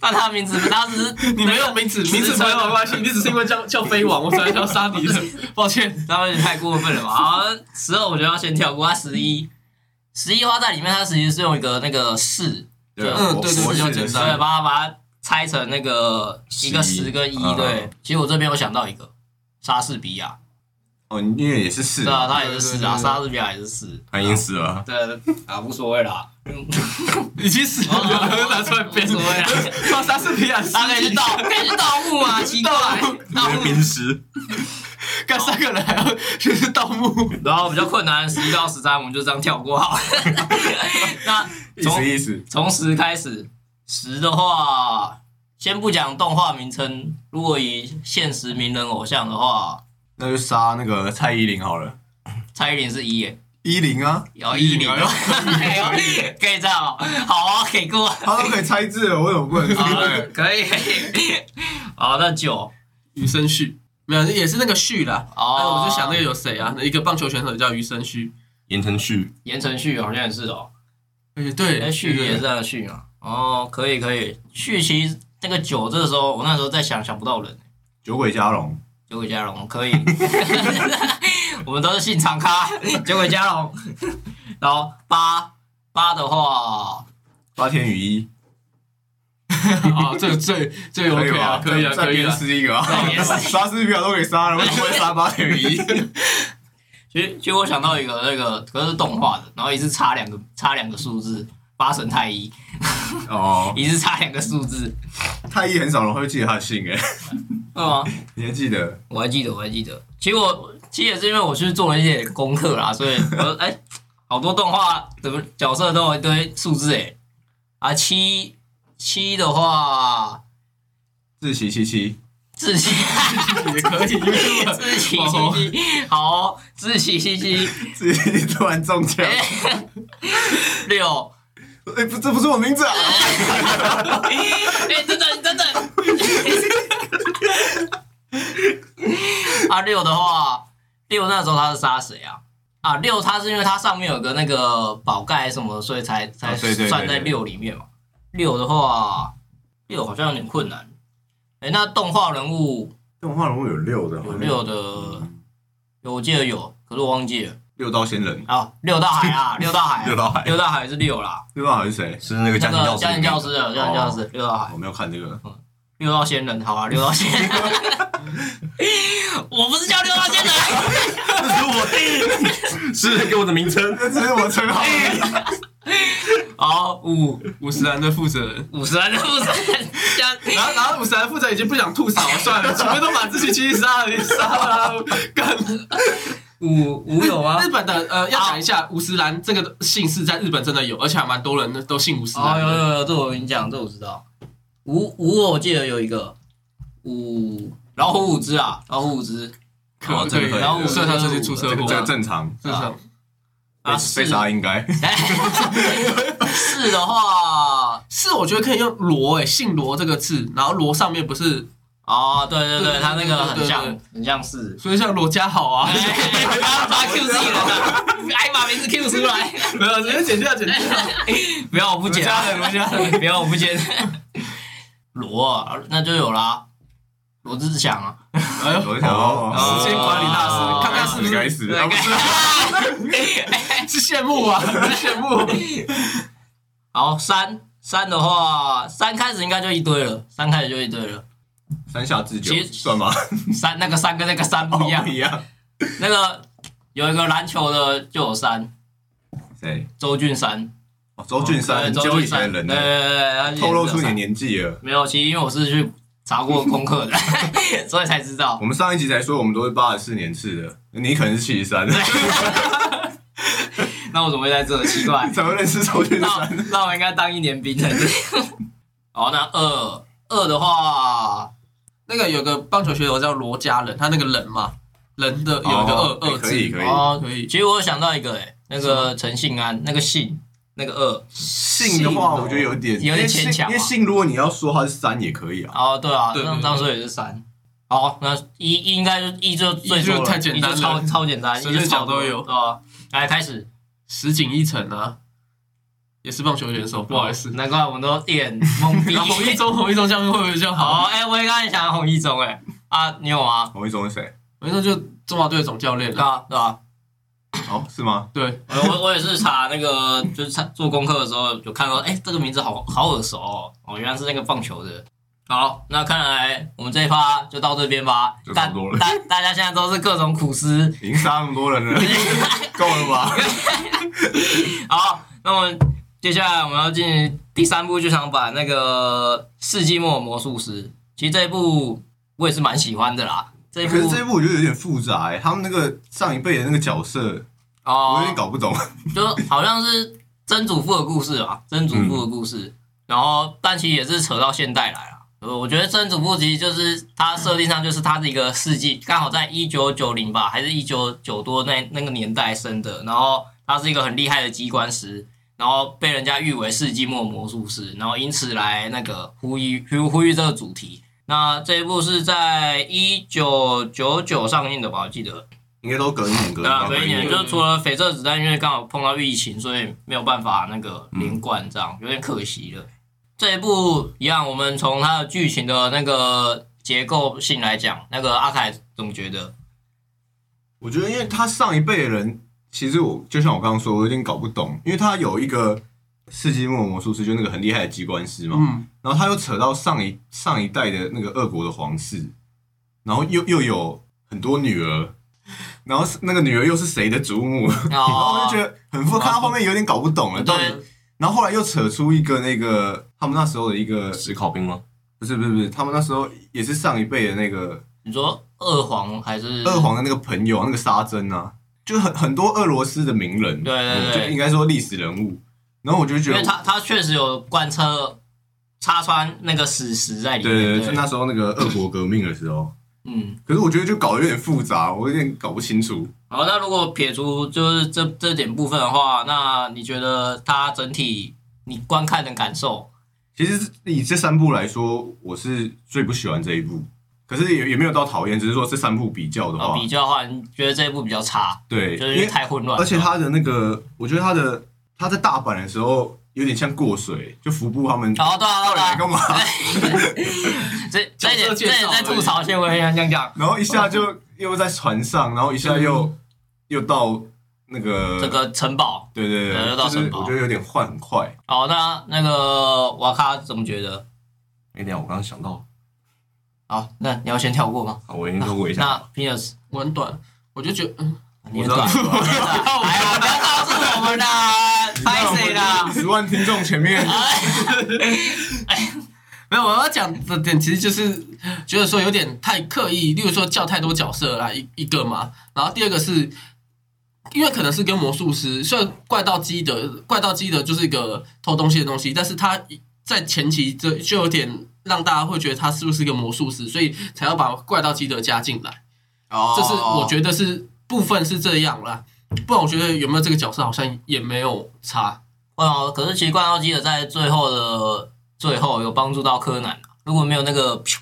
A: 那他的名字他只是
C: 你没有名字，名字没有关系，你只是因为叫叫飞王，我才要杀你的， 抱歉。
A: 他们有点太过分了吧？好，十二我觉得要先跳过，他十一，十一花在里面，它其实是用一个那个市，
E: 对，
C: 嗯
E: 我
C: 对对
E: 我
C: 比较简
A: 啊对，
C: 单
E: 是
A: 把它把它拆成那个一个
D: 十一
A: 十跟一，
D: 嗯
A: 对。其实我这边有想到一个
C: 啊
A: 莎士比亚，
E: 哦，因为也是四
A: 对， 啊，他也是
C: 对对
A: 四啊，
C: 对对
A: 莎士比亚也是四，
D: 他已经死了。
A: 对啊，无所谓啦，
C: 已经死了，
A: 哦
C: 拿出来编
A: 无所 谓啦，啊
C: 说莎士比亚尸体，
A: 他可以去 盗，可以去盗墓啊，奇怪，盗墓。
D: 冰石，
C: 干三个人还 要就是盗墓。
A: 然后比较困难，十一到十三我们就这样跳过好了。 那
E: 意
A: 从
E: 思意思。
A: 从十开始，十的话，先不讲动画名称，如果以现实名人偶像的话，
E: 那就杀那个蔡依林好了。
A: 蔡依林是一耶，
E: 依林啊，
A: 有一零，哎呦 可以这样哦，好啊，给过，好，
E: 他都可以猜字了，我怎么不 能猜？
A: 可以，好，那九，
C: 余生旭，没有，也是那个旭啦。
A: 哦
C: 哎，我就想那个有谁啊？一个棒球选手叫余生旭，
D: 言承旭，
A: 言承旭好像也是哦，
C: 哎，对，
A: 哎，旭也是那个旭嘛，哦，可以可以，旭其实那个九，这个时候我那时候在想想不到人，
E: 酒鬼加龙，
A: 酒鬼加龙可以， 我们都是现场咖，酒鬼加龙。然后八八的话，
E: 八天雨衣，
C: 啊，这个最最 OK 啊，可以啊，
E: 再
C: 可以
E: 鞭
C: 啊。
E: 尸一个啊
A: 再鞭，尸
E: 莎士比亚都可以 杀了，为什么会杀八天雨 衣？
A: 其实其实我想到一个那个，可是动画的，然后一次差两个差两个数字，八神太一，
E: 哦，
A: 一次差两个数字，
E: 太医很少人会记得他的姓哎，
A: 对吗？
E: 你还记得？
A: 我还记得，我还记得。其实我其实也是因为我去做了一些功课啦，所以我 说哎、好多动画的角色都有一堆数字哎、啊七七的话，
E: 自习七七，
A: 自己
C: 也可以， 哦
A: 自己
C: 往
A: 嘻
C: 后
A: 嘻，好，自己嘻嘻，
E: 自习突然中枪，哎、
A: 六，
E: 不，这不是我名字啊！
A: 哎，等等等等， 啊六的话，六那时候他是杀谁啊？啊六他是因为他上面有个那个宝盖什么，所以才才
E: 啊对对对
A: 算在
E: 对
A: 六里面嘛。六的话，六好像有点困难。哎，那动画人物
E: 动画人物有六的，
A: 有六的，有我记得有，可是我忘记了
E: 六道仙人，
A: 啊。六大海啊，六大海啊，
D: 六道海
A: 六大海是六啦。
E: 六道海是谁？
D: 是那个家
A: 那
D: 庭教
A: 个
D: 师，
A: 家庭教师的，家庭教师六大海。
E: 我没有看这个，
A: 六道仙人，好啊，六道仙人，我不是叫六道仙人，
D: 这是我弟，是给我的名称。
E: 这是我称号。
A: 好五
C: 五十岚的负责人。
A: 五十人的五十人，加
C: 然后，然后五十岚负责人已经不想吐槽了，算了，除非都把自己七杀了，你杀了，干。
A: 五五有啊吗
C: 日？本的呃，要讲一下五十岚这个姓氏在日本真的有，而且还蛮多人的都姓五十
A: 哦，
C: 岚
A: 有
C: 的。
A: 有有，这我跟你讲，这我知道。五五我记得有一个五老虎五只啊，老虎五只
C: 可
E: 这个可以
C: 然后所以他最近出车
E: 这
C: 祸
E: 个这个正常，
C: 是不是？
A: 啊
E: 被
A: 是
E: 被杀应该。
A: 四哎的话，
C: 是，我觉得可以用罗诶，姓罗这个字，然后罗上面不是，
A: 哦，对对
C: 对
A: 对，
C: 对
A: 他那个
C: 对
A: 很
C: 对
A: 像
C: 对，
A: 很像是。
C: 所以像罗家好啊
A: 哎，不要把 Q 自己人啊，哎，把名字 Q 出来。
C: 没有，直接剪掉，剪掉。
A: 不要，我不剪啊
C: 罗家人罗家
A: 不要，我不剪。罗啊，那就有啦，罗志祥啊。
C: 哎呦，
E: 我想
A: 哦
E: 哦，
C: 时间管理大
A: 哦
C: 师，看看
E: 该
C: 是
E: 死
C: 不
E: 该死，
C: 是
A: 对
E: 啊不是
C: 是羡慕啊，是羡慕。
A: 好，三三的话，三开始应该就一堆了，三开始就一堆了。
E: 三下智久
A: 其实
E: 算吗？
A: 三那个三跟那个三不一样
E: 哦不，一样。
A: 那个有一个篮球的就有三，
E: 谁？
A: 周俊三，
E: 哦周俊山，
A: 对
E: 很
A: 周
E: 久
A: 俊
E: 以前
A: 三，
E: 的人
A: 对对
E: 呢，
A: 对对，
E: 透露出你的
A: 你
E: 年纪了。
A: 没有，其实因为我是去查过功课的， 所以才知道。
E: 我们上一集才说我们都是八十四年次的，你可能是七十三，
A: 那我怎么会在这？奇 怪，
E: 怎么认识周俊
A: 那
E: 山？
A: 那我应该当一年兵才对。 好，那二二的话，
C: 那个有个棒球选手叫罗家人，他那个人嘛，人的有一个
E: 哦
C: 二二字，
E: 可以可以
A: 哦
C: 可以
A: 其实我有想到一个、欸，那个陈信安，那个信，那个二，
E: 姓的话，我觉得有点
A: 有点牵强啊
E: 因为姓，因为姓如果你要说他是三也可以啊。
A: 哦，对啊，
C: 对对
A: 那
C: 对
A: 当时也是三。好，那一一应该就一就最多了，
C: 一就太简单
A: 一
C: 了
A: 就超超简单，
C: 随
A: 一
C: 便
A: 就超
C: 讲都有
A: 对啊？来开始，
C: 石井一成啊，也是棒球选手，不好意思。
A: 难怪我们都一脸懵逼
C: 然。后 红一中，红一中下面会不会就好？
A: 好，哎、我也刚才想到洪一中、欸，哎，啊，你有吗？
E: 洪一中是谁？
C: 红一中就中华队总教练
A: 对
C: 了。
A: 啊，对啊，
E: 哦，是吗？
C: 对，
A: 我我我也是查那个，就是查做功课的时候有看到，哎、这个名字好好耳熟哦，哦，原来是那个棒球的。好，那看来我们这一趴就到这边吧
D: 就，
A: 大
D: 差不多了
A: 大大家现在都是各种苦思。
E: 已经杀那么多人 了，够了吧？
A: 好，那我们接下来我们要进行第三部剧场版那个《世纪末魔术师》。其实这一部我也是蛮喜欢的啦，这一
E: 可是
A: 部
E: 这一部我觉得有点复杂欸，他们那个上一辈的那个角色，我有
A: 哦
E: 点，搞不懂。
A: 就好像是曾祖父的故事吧，曾祖父的故事，然后但其实也是扯到现代来了。呃，我觉得曾祖父其实就是他设定上就是他是一个世纪，刚好在一九九零吧，还是一九九多那那个年代生的，然后他是一个很厉害的机关师，然后被人家誉为世纪末魔术师，然后因此来那个呼吁呼呼吁这个主题。那这一部是在一九九九上映的吧？我记得，
E: 应该都隔一年，隔
A: 对啊，所以
E: 年
A: 你就除了绯色子弹，因为刚好碰到疫情，所以没有办法那个连贯，这样有点可惜了。这一部一样，我们从它的剧情的那个结构性来讲，那个阿凯总觉 得
E: 我觉得，因为他上一辈的人，其实我就像我刚刚说，我有点搞不懂，因为他有一个世纪末魔术师，就那个很厉害的机关师嘛，
C: 嗯，
E: 然后他又扯到上一上一代的那个俄国的皇室，然后又又有很多女儿，然后是那个女儿又是谁的祖母，
A: 哦
E: 然后我就觉得很复，看到后面有点
A: 嗯
E: 搞不懂了，到底
A: 对，
E: 然后后来又扯出一个那个他们那时候的一个
D: 史考兵吗？
E: 不是不是不是，他们那时候也是上一辈的那个
A: 你说二皇还是
E: 二？皇的那个朋友啊，那个沙珍啊，就很很多俄罗斯的名人，
A: 对对
E: 就
A: 对
E: 应该说历史人物。然后我就觉
A: 因
E: 得
A: 为，他他确实有贯彻插穿那个史实在里
E: 对对
A: 面。
E: 对，就那时候那个俄国革命的时候，
A: 嗯，
E: 可是我觉得就搞得有点复杂，我有点搞不清楚。
A: 好，那如果撇除就是这这点部分的话，那你觉得它整体你观看的感受？
E: 其实以这三部来说，我是最不喜欢这一部，可是也也没有到讨厌，只是说这三部比较的
A: 呃，
E: 话，
A: 比较的话，你觉得这一部比较差，
E: 对，
A: 就是
E: 因
A: 因为
E: 为
A: 太混乱了，
E: 而且他的那个，我觉得他的他在大阪的时候有点像过水，就服部他们
A: 哦，对啊，
E: 到底
A: 对啊
E: 来，干嘛？
A: 这这一点
C: 角色
A: 这一
C: 介绍
A: 点在吐槽线，我也想讲，
E: 然后一下就又在船上，然后一下又又到那个
A: 嗯这个城堡。
E: 对对
A: 对又
E: 对，
A: 到
E: 就是
A: 城堡
E: 我觉得有点换很快。
A: 哦，那那个瓦卡怎么觉得？
D: 哎、等一下我刚刚想到，
A: 好，那你要先跳过吗？
D: 好我已经透过一下，
A: 那 Piers，
C: 我很短，我就觉得，嗯，
A: 你也转。 哎呀，不要告诉我们啦，拍谁啦？
E: 十万听众前面，
C: 没有，我要讲的点其实就是觉得说有点太刻意，例如说叫太多角色来一一个嘛，然后第二个是。因为可能是跟魔术师，虽然怪盗基德，怪盗基德就是一个偷东西的东西，但是他在前期这就有点让大家会觉得他是不是一个魔术师，所以才要把怪盗基德加进来。
E: 哦
C: 这是我觉得是部分是这样啦，不然我觉得有没有这个角色好像也没有差。
A: 哦，可是其实怪盗基德在最后的最后有帮助到柯南，啊如果没有那个，噗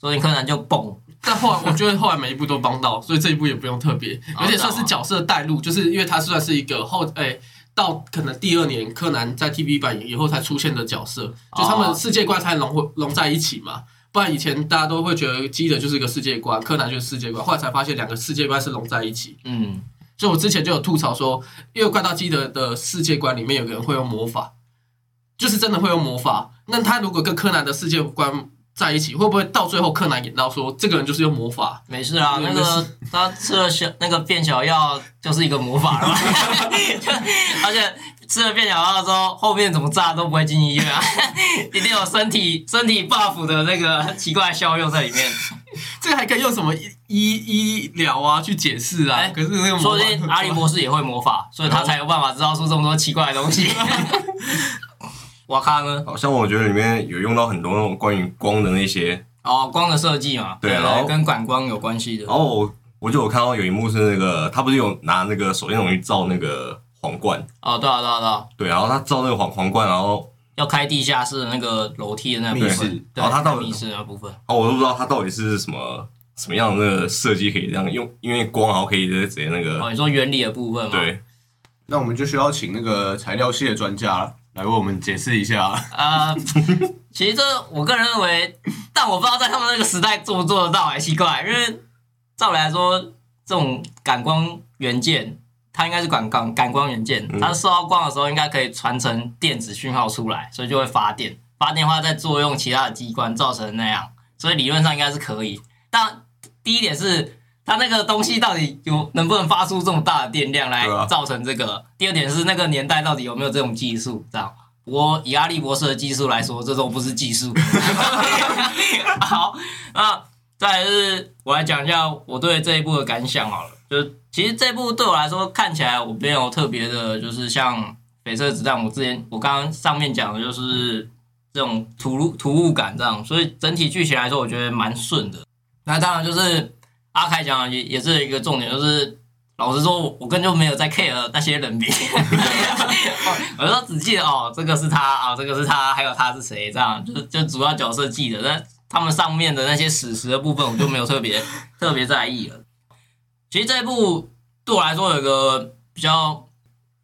A: 所以柯南就蹦。
C: 但后来我觉得后来每一步都帮到，所以这一步也不用特别，
A: 哦
C: 有点算是角色带入，就是因为他算是一个后哎、到可能第二年柯南在 TV 版以后才出现的角色，就他们世界观才融融在一起嘛。不然以前大家都会觉得基德就是一个世界观，柯南就是世界观，后来才发现两个世界观是融在一起。
A: 嗯，
C: 所以我之前就有吐槽说，因为怪盗基德的世界观里面有个人会用魔法，就是真的会用魔法。那他如果跟柯南的世界观在一起，会不会到最后柯南演到说这个人就是用魔法？
A: 没事啦，
C: 没
A: 那
C: 事
A: 个他吃了小那个变小药就是一个魔法了嘛， 而且吃了变小药之后，后面怎么炸都不会进医院啊， 一定有身体身体 buff 的那个奇怪的效用在里面。
C: 这个还可以用什么医医医疗啊去解释啊？
A: 哎
C: 可是那个魔
A: 说不
C: 法
A: 定阿笠博士也会魔法，所以他才有办法制造出这么多奇怪的东西。 瓦卡呢？
D: 好像我觉得里面有用到很多那种关于光的那些，
A: 哦，光的设计嘛，
D: 对哦然后
A: 跟感光有关系的
D: 然。后我我就有看到有一幕是那个他不是有拿那个手电筒去照那个皇冠，
A: 哦，对啊，对啊，对啊，
D: 对，然后他照那个皇皇冠，然后
A: 要开地下室的那个楼梯的那部
E: 密
A: 分
E: 室，
A: 对，
D: 然后他到底
A: 密室的那部分，
D: 啊我都不知道他到底是什么什么样的那个设计可以这样用，因为光然后可以直接直接那个
A: 哦，你说原理的部分嘛，
D: 对，
E: 那我们就需要请那个材料系的专家来为我们解释一下。
A: 啊，其实这我个人认为，但我不知道在他们那个时代做不做得到，还奇怪，因为照理来说，这种感光元件，它应该是感感感光元件，它受到光的时候应该可以传成电子讯号出来，所以就会发电，发电的话再作用其他的机关造成那样，所以理论上应该是可以。但第一点是。它那个东西到底有能不能发出这么大的电量来
D: 对啊
A: 造成这个？第二点是那个年代到底有没有这种技术？这样，不过以阿笠博士的技术来说，这都不是技术。 好，那再来就是我来讲一下我对这一部的感想好了。就是其实这部对我来说看起来我没有特别的，就是像绯色子弹，我之前我刚刚上面讲的就是这种突入突兀感这样，所以整体剧情来说我觉得蛮顺的。那当然就是阿凯讲的也也是一个重点，就是老实说，我我根本就没有在 care 那些人名。 我就只记得哦，这个是他啊、这个是他，还有他是谁，这样就就主要角色记得，但他们上面的那些史实的部分，我就没有特别特别在意了。其实这一部对我来说有个比较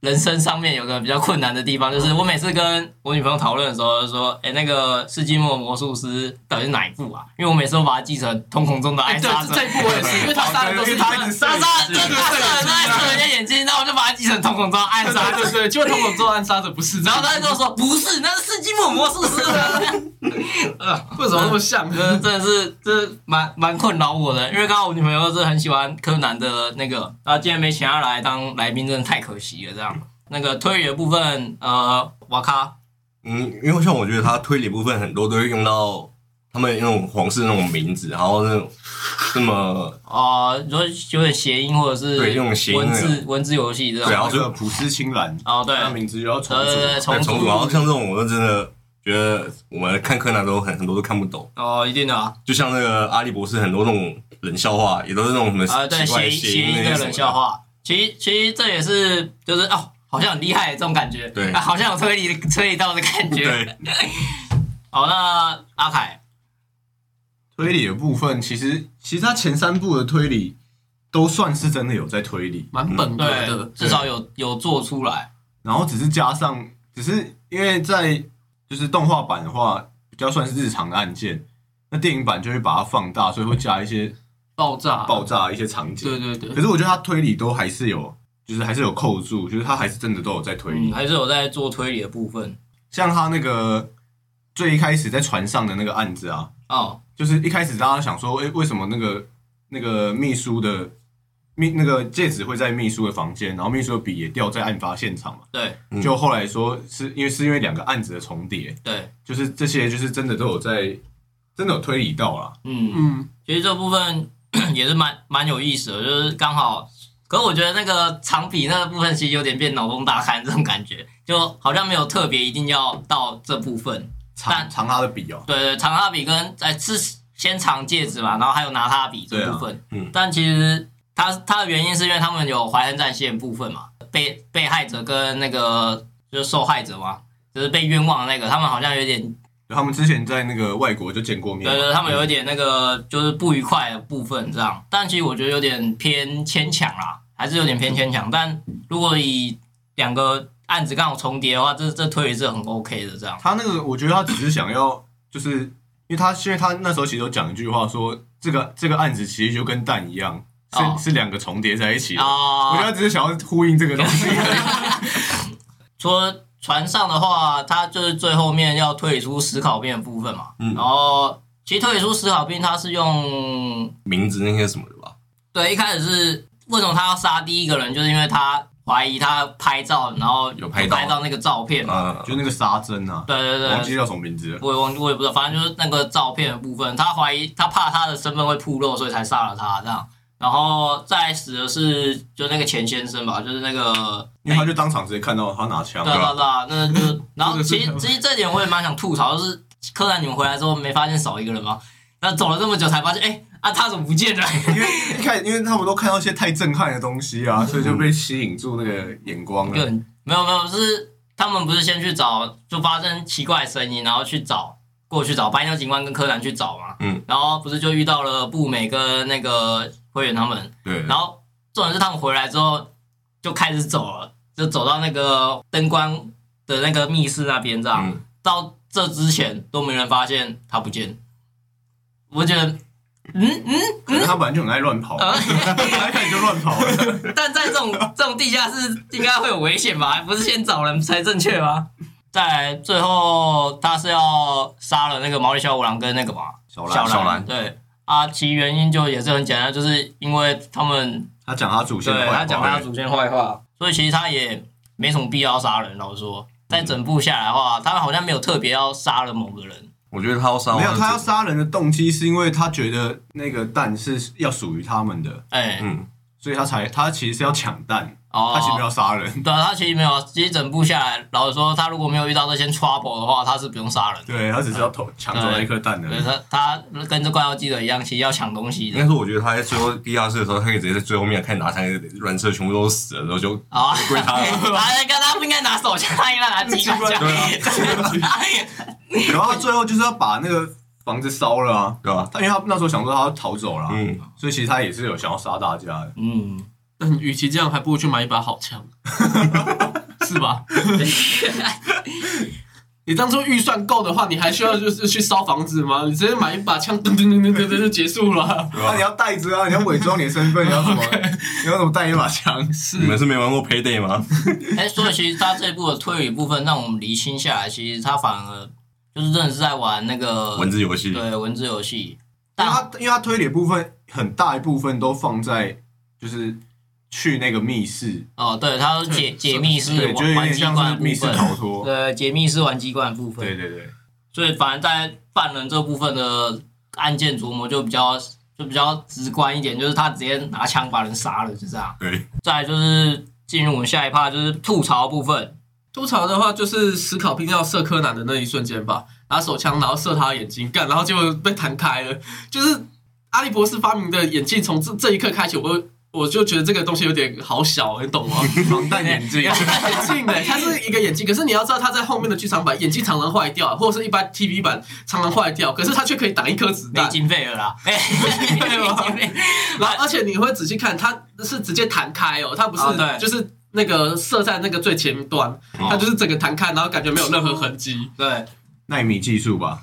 A: 人生上面有个比较困难的地方，就是我每次跟我女朋友讨论的时候，就说：“哎、那个世纪末魔术师到底是哪一部啊？”因为我每次都把它记成《瞳孔中的
C: 哎，
A: 爱
C: 对
A: 莎莎》，
C: 这一部我也是，因为他杀的
A: 哦
C: 都是
E: 因为他一直
A: 莎莎，对对对，她扯人家眼睛，然后我就把它记成《瞳孔中的爱莎莎》。
C: 对对对，结果同我做暗杀的不是，
A: 然
C: 然
A: 后
C: 后
A: 他
C: 他
A: 就跟我说：“不是，那是世纪末魔术师。”呃，
C: 为什么那么像？
A: 这真的是这蛮蛮困扰我的，因为刚好我女朋友是很喜欢柯南的那个，啊，今天没请她来当来宾，真的太可惜了。这样，那个推理的部分，呃，瓦卡，
D: 嗯，因为像我觉得他推理部分很多都会用到他们那种皇室那种名字，然后那种这么
A: 哦，你说有点谐音或者是
D: 对那种谐音
A: 文
D: 那
A: 字文字游戏这种
D: 对，然后
E: 然后就
D: 就
E: 普斯青兰，
A: 哦对，
E: 啊他名字就要重
A: 对对对
E: 组，
A: 重
D: 重组，啊
A: 组
D: 然后像这种我都真的觉得我们看柯南都很很多都看不懂，
A: 哦一定的啊，
D: 就像那个阿笠博士很多那种冷笑话，也都是那种什么
A: 啊对
D: 奇
A: 谐
D: 怪的
A: 音谐
D: 音
A: 音
D: 那
A: 的
D: 些
A: 冷笑话，其实其实这也是就是哦，好像很厉害这种感觉，
D: 对
A: 啊好像有推理推理到的感
D: 什么的，
A: 觉。
D: 对，
A: 好，那阿凯
E: 推理的部分，其实其实他前三部的推理都算是真的有在推理，
C: 蛮本格
A: 对
C: 的，
A: 至少有有做出来，
E: 然后只是加上，只是因为在就是动画版的话，比较算是日常的案件，那电影版就会把它放大，所以会加一些
C: 爆炸，
E: 爆炸一些场景。
C: 对对对
E: 可，是我觉得他推理都还是有，就是还是有扣住，就是他还是真的都有在推理。
A: 嗯，还是有在做推理的部分
E: 像他那个最一开始在船上的那个案子啊，
A: 哦。
E: 就是一开始大家想说，哎、为什么那个那个秘书的秘那个戒指会在秘书的房间，然后秘书的笔也掉在案发现场嘛？
A: 对
D: 嗯
E: 就后来说是因为是因为两个案子的重叠，
A: 对，
E: 就是这些就是真的都有在真的有推理到啦。
A: 嗯，
C: 嗯，
A: 其实这部分 也是蛮蛮有意思的，就是刚好，可是我觉得那个长笔那个部分其实有点变脑洞大开这种感觉，就好像没有特别一定要到这部分。但
E: 藏藏他的笔哦、
A: 对对，藏他笔跟哎是先藏戒指嘛，然后还有拿他的笔
E: 对
A: 这
E: 啊
A: 部分，
D: 嗯
A: 但其实他他的原因是因为他们有怀恨战线部分嘛，被被害者跟那个就是受害者嘛，就是被冤枉的那个，他们好像有点
E: 他们之前在那个外国就见过面嘛，
A: 对对，他们有一点那个就是不愉快的部分这样，但其实我觉得有点偏牵强啦，还是有点偏牵强。但如果以两个案子刚好重叠的话，这这推理是很 OK 的这样。
E: 他那个，我觉得他只是想要，就是因为他，因为他那时候其实有讲一句话说，这个这个案子其实就跟蛋一样，是、
A: 哦
E: 是两个重叠在一起的。我觉得
A: 啊、
E: 他只是想要呼应这个东西。
A: 哦 除了船上的话，他就是最后面要推理出思考辩的部分嘛。
D: 嗯
A: 然后其实推理出思考辩，他是用
D: 名字那些什么的吧，
A: 对一开始是为什么他要杀第一个人，就是因为他怀疑他拍照，然后
D: 有拍到
A: 那个照片嘛。
D: 啊，
E: 就那个沙珍啊，
A: 对对对，
E: 忘记叫什么名字了。
A: 我也忘记，我也不知道，反正就是那个照片的部分，他怀疑他怕他的身份会暴露，所以才杀了他这样。然后再死的是就那个钱先生吧，就是那个，
E: 因为他就当场直接看到他拿枪，
A: 对啊对啊对啊，那 就然后
E: 这个是
A: 其实其实这点我也蛮想吐槽，就是柯南你们回来之后没发现少一个人吗？那走了这么久才发现，哎、啊他怎么不见了？
E: 因为一开始因为他们都看到一些太震撼的东西
A: 嗯
E: 啊，所以就被吸引住那个眼光啊了。
A: 更没有没有，是他们不是先去找，就发生奇怪的声音，然后去找过去找白鸟警官跟柯南去找嘛，
D: 嗯，
A: 然后不是就遇到了步美跟那个灰原他们，
D: 对，
A: 然后重点是他们回来之后就开始走了，就走到那个灯光的那个密室那边这样，
D: 嗯，
A: 到这之前都没人发现他不见，我觉得。嗯嗯，
E: 可能他本来就很爱乱跑，
A: 啊
E: 他一开始就乱跑 了。
A: 但在这种这种地下室应该会有危险吧？不是先找人才正确吗？再来，最后他是要杀了那个毛利小五郎跟那个嘛
E: 小
A: 小
E: 兰，
A: 兰，对啊，其原因就也是很简单，就是因为他们
E: 他讲他祖先的
A: 对
E: 坏话，
A: 他讲他祖先坏话，所以其实他也没什么必要杀人。老实说，在整部下来的话，他好像没有特别要杀了某个人。
D: 哦我觉得他要杀，
E: 没有，他要
D: 是，
E: 杀人的动机是因为他觉得那个蛋是要属于他们的，
A: 哎、
D: 嗯，
E: 所以他才他其实是要抢蛋，
A: 哦，
E: 他其实没有杀人。
A: 对啊，他其实没有。其实整部下来，老实说，他如果没有遇到这些 trouble 的话，他是不用杀人的。
E: 对他只是要偷抢走那一颗蛋
A: 对
E: 的。
A: 他，他跟这怪盗基德一样，其实要抢东西
D: 应
A: 的
D: 该说我觉得他在最后地下室的时候，他可以直接在最后面看拿枪，软车全部都死了，然后就
A: 啊。
D: 归他了。
A: 他刚他不应该拿手枪，他应该拿机关枪。
E: 啊 然后他最后就是要把那个房子烧了啊，
D: 对吧？
E: 他因为他那时候想说他要逃走了啊，
D: 嗯，
E: 所以其实他也是有想要杀大家的。
A: 嗯，
C: 那你与其这样，还不如去买一把好枪， 是吧？ 你当初预算够的话，你还需要就是去烧房子吗？你直接买一把枪，噔噔噔噔噔噔就结束了。
E: 那你要带着啊，你要伪装你的身份，你要什么？你要怎么带一把枪？嗯
D: 你
C: 是
D: 们是没玩过 Payday 吗？
A: 哎、所以其实他这一部的推理部分，让我们厘清下来，其实他反而就是真的是在玩那个
D: 文字游戏，
A: 对文字游戏。
E: 因为
A: 但
E: 他因为他推理的部分很大一部分都放在就是去那个密室，
A: 哦，对，他解解密
E: 对，
A: 室
E: 嗯就是有
A: 玩
E: 点
A: 机
E: 像
A: 关
E: 是
A: 的
E: 密
A: 部
E: 室逃
A: 分，
E: 脱。
A: 对，解密室玩机关的部分。
E: 对对对，
A: 所以反而在犯人这部分的案件琢磨就比较就比较直观一点，就是他直接拿枪把人杀了，就这样。
D: 对，
A: 再来就是进入我们下一趴，就是吐槽部分。
C: 吐槽的话就是史考拼要射柯南的那一瞬间吧，拿手枪然后射他的眼睛，干，然后就被弹开了。就是阿笠博士发明的眼镜，从这这一刻开始，我我就觉得这个东西有点好小，你懂吗？
E: 防弹眼镜，
C: 眼镜呢，它是一个眼镜，可是你要知道，它在后面的剧场版眼镜常常坏掉，或者是一般 TV 版常常坏掉，可是它却可以挡一颗子
A: 没
C: 弹。
A: 经费了啦，哎，
C: 对吗
A: 没经费。
C: 然后而且你会仔细看，它是直接弹开哦，它不是
A: 哦对
C: 就是那个射在那个最前端，
E: 哦
C: 它就是整个弹开，然后感觉没有任何痕迹。
A: 对，
E: 纳米技术吧？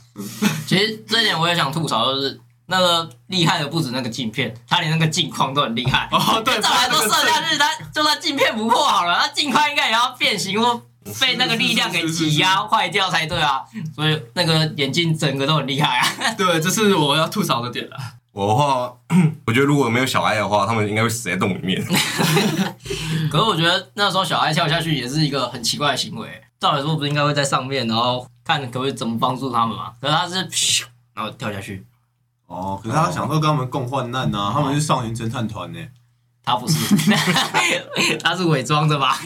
A: 其实这一点我也想吐槽，就是那个厉害的不止那个镜片，他连那个镜框都很厉害。
C: 哦，对，
A: 照来
C: 不
A: 说
C: 然那个
A: 射
C: 正
A: 下去，它就算镜片不破好了，它镜框应该也要变形或被那个力量给挤压坏掉才对啊。所以那个眼镜整个都很厉害啊。
C: 对，这是我要吐槽的点了。啊
D: 我的话，我觉得如果没有小爱的话，他们应该会死在洞里 面。
A: 可是我觉得那时候小孩跳下去也是一个很奇怪的行为，照理说不是应该会在上面，然后看可不可以怎么帮助他们嘛？可是他是咻，然后跳下去，
E: 哦，可是他想说跟他们共患难啊，他们是少年侦探团呢。
A: 他不是，他是伪装的吧？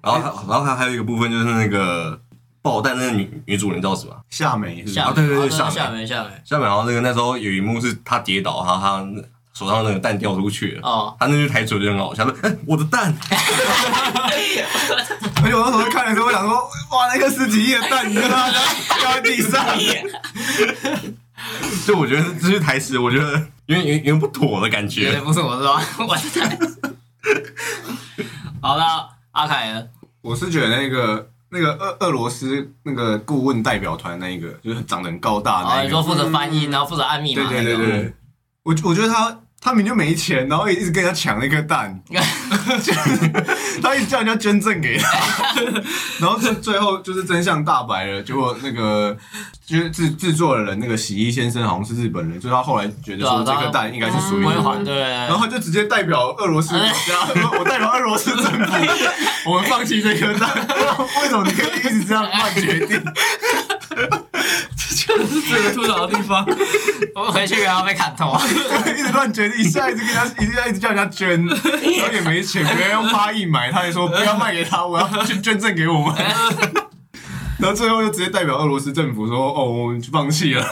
D: 然后还，然后还还有一个部分就是那个爆弹那个女女主人叫什么啊？
E: 夏美是不是
A: 下
D: 啊对对对
A: 啊
D: 下面
A: 下面下面
D: 下面好像那个那时候有一幕是她跌倒，然后她手上那个蛋掉出去了。
A: 哦，
D: 他那句台词我就很好笑，说哎我的蛋，
E: 而且哎我那时候看的时候，我想说，哇，那个十几亿的蛋，你知道吗？掉在地上，
D: 就我觉得这句台词，我觉得有点有点有点不妥的感
A: 绝
D: 觉
A: 对。不是我是吧？ 我的好了，阿凯呢
E: 我是觉得那个那个俄俄罗斯那个顾问代表团那一个，就是长得很高大的
A: 哦，
E: 那
A: 你
E: 一
A: 说
E: 个，
A: 负责翻译，然后负责按密
E: 对
A: 码，
E: 啊嗯对对对，对，我我觉得他他明明就没钱，然后一直跟人家抢那颗 蛋，他一直叫人家捐赠给他， 然后最最后就是真相大白了，结果那个就是制制作的人那个洗衣先生好像是日本人，所以他后来觉得说
A: 对
E: 这
A: 啊
E: 颗蛋应该是属于
A: 归
E: 日本
A: 还
E: 人
A: 对对，对
E: 然后他就直接代表俄罗斯国家， 说我代表俄罗斯政府，我们放弃这颗蛋。 为什么你可以一直这样乱决定？
C: 这是这个吐槽的地 方。
A: 我回去然后被砍头。
E: 一直乱决定，一下一直跟人家，一直一直叫人家捐，然后也没钱，别人用八亿买，他还说不要卖给他，我要捐捐赠给我们。 然后最后就直接代表俄罗斯政府说：“哦，我们放弃了。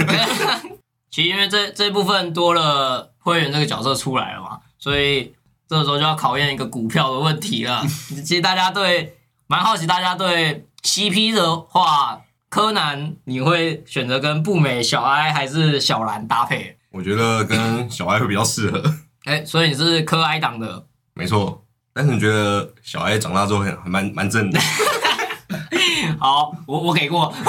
A: 其实因为这这部分多了会员这个角色出来了嘛，所以这个时候就要考验一个股票的问题了。其实大家对蛮好奇，大家对 CP 的话，柯南你会选择跟步美、小哀还是小兰搭配？
D: 我觉得跟小爱会比较适合，
A: 哎，所以你是柯哀党的，
D: 没错。但是你觉得小爱长大之后很很蛮蛮正 的，
A: 好，我我给过。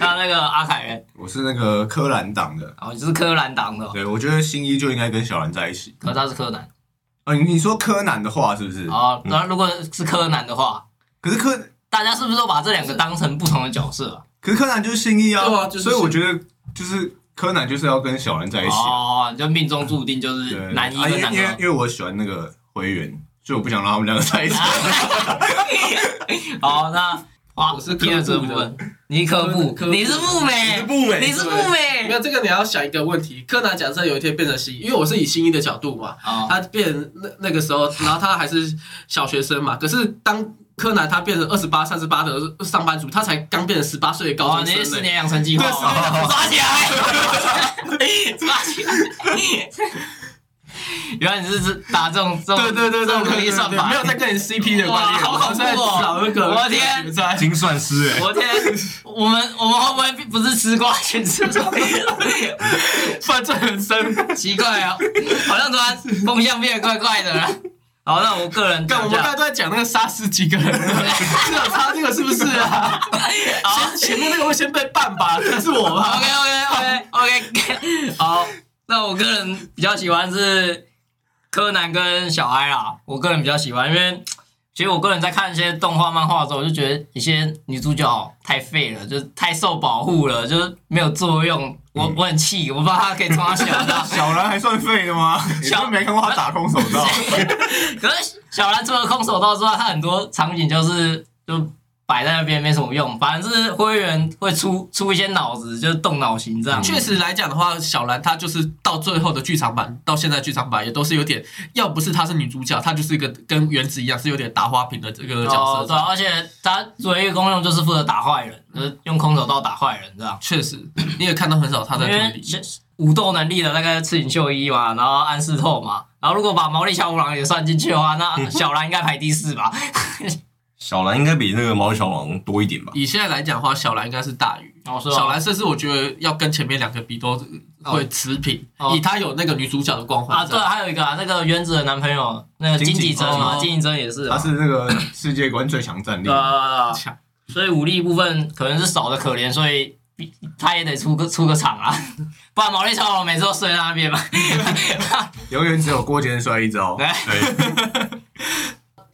A: 那那个阿凯人，”
E: 我是那个柯蓝党的，
A: 哦，你是柯南党的，
E: 对我觉得新一就应该跟小兰在一起。
A: 可是他是柯南。
E: 啊，你你说柯南的话是不是？
A: 哦，
C: 嗯
A: 那如果是柯南的话，
E: 可是柯
A: 大家是不是都把这两个当成不同的角色啊？
E: 可是柯南就是新一啊，
C: 对啊就是
E: 所以我觉得就是柯南就是要跟小兰在一起啊、
A: 哦，就命中注定就是
E: 对，
A: 男一
E: 啊因
C: 哎
A: 跟男
E: 为因为
A: 二。
E: 因为我喜欢那个灰原，所以我不想让他们两个在一起。。
A: 好，那哇，
C: 我是
A: 第二
C: 科
A: 部
C: 部的
A: 分，尼科布，
C: 科科
A: 你是布美，
D: 不美
A: 你是布
C: 哎没
A: 美。
C: 有这个，你要想一个问题：柯南假设有一天变成新一，因为我是以新一的角度嘛，
A: 哦，
C: 他变那那个时候，然后他还是小学生嘛。可是当柯南他变成二十八、三十八的上班族，他才刚变成十八岁的高
A: 哦，
C: 中
A: 你
C: 生、
A: 是
C: 呢
A: 十年养成计划
C: 对十年
A: 哦，抓起来，抓起来。原来你是打这种这种
C: 对对对对
A: 这种
C: 对
A: 合
C: 对
A: 理算
C: 对，
A: 法
C: 没，有在跟你 CP 的关
A: 哇
C: 系，
A: 好恐怖哦
C: 我在找那个，
A: 我的天
C: 在
D: 精算师哎、
A: 我天，我们我们会不会不是吃瓜群众？
C: 犯罪很深。
A: 奇怪哦，好像突然风向变得怪怪的了。好，那我个人
C: 干，
A: 讲
C: 我
A: 一
C: 们
A: 下
C: 刚才都在讲那个杀死几 个人，这有差这个是不是啊？
A: 好
C: 前前面那个会先被办吧，这是我吧
A: OK？OK OK OK，好，那我个人比较喜欢是柯南跟小哀啦，我个人比较喜欢，因为其实我个人在看一些动画漫画的时候，我就觉得一些女主角太废了，就是太受保护了，就是没有作用。我我很气，我不知道她可以从哪想到
E: 小兰还算废的吗？你
A: 小啊
E: 都没看过他打空手 道，
A: 可是小兰除了空手道之外，她很多场景就是就摆在那边没什么用，反正是灰原会出出一些脑子，就是动脑型这样。
C: 确实来讲的话，小兰她就是到最后的剧场版，到现在剧场版也都是有点，要不是她是女主角，她就是一个跟原子一样是有点打花瓶的这个角
A: 哦，
C: 色。
A: 对啊，而且他唯一的功用就是负责打坏人，就是用空手道打坏人这样。
C: 确实，你也看到很少她
A: 因
C: 在这
A: 为
C: 里。
A: 武斗能力的那个赤井秀一嘛，然后安室透嘛，然后如果把毛利小五郎也算进去的话， 那小兰应该排第四吧？
D: 小兰应该比那个毛小狼多一点吧？
C: 以现在来讲的话，小兰应该哦是大于。
A: 然后说
C: 小兰甚至我觉得要跟前面两个比都会持平，
A: 哦
C: 以她有那个女主角的光环
A: 啊，对，还有一个啊，那个原子的男朋友，那个金
E: 金
A: 吉
E: 井
A: 真嘛，
C: 哦
A: 金吉真也是啊，
E: 他是那个世界观最强战力
A: 对，啊，对啊
C: 强
A: 所以武力部分可能是少的可怜，所以他也得出个出个场啊， 不然毛利小五郎每次都睡在那边嘛。
E: 永远只有郭杰摔一招。
A: 啊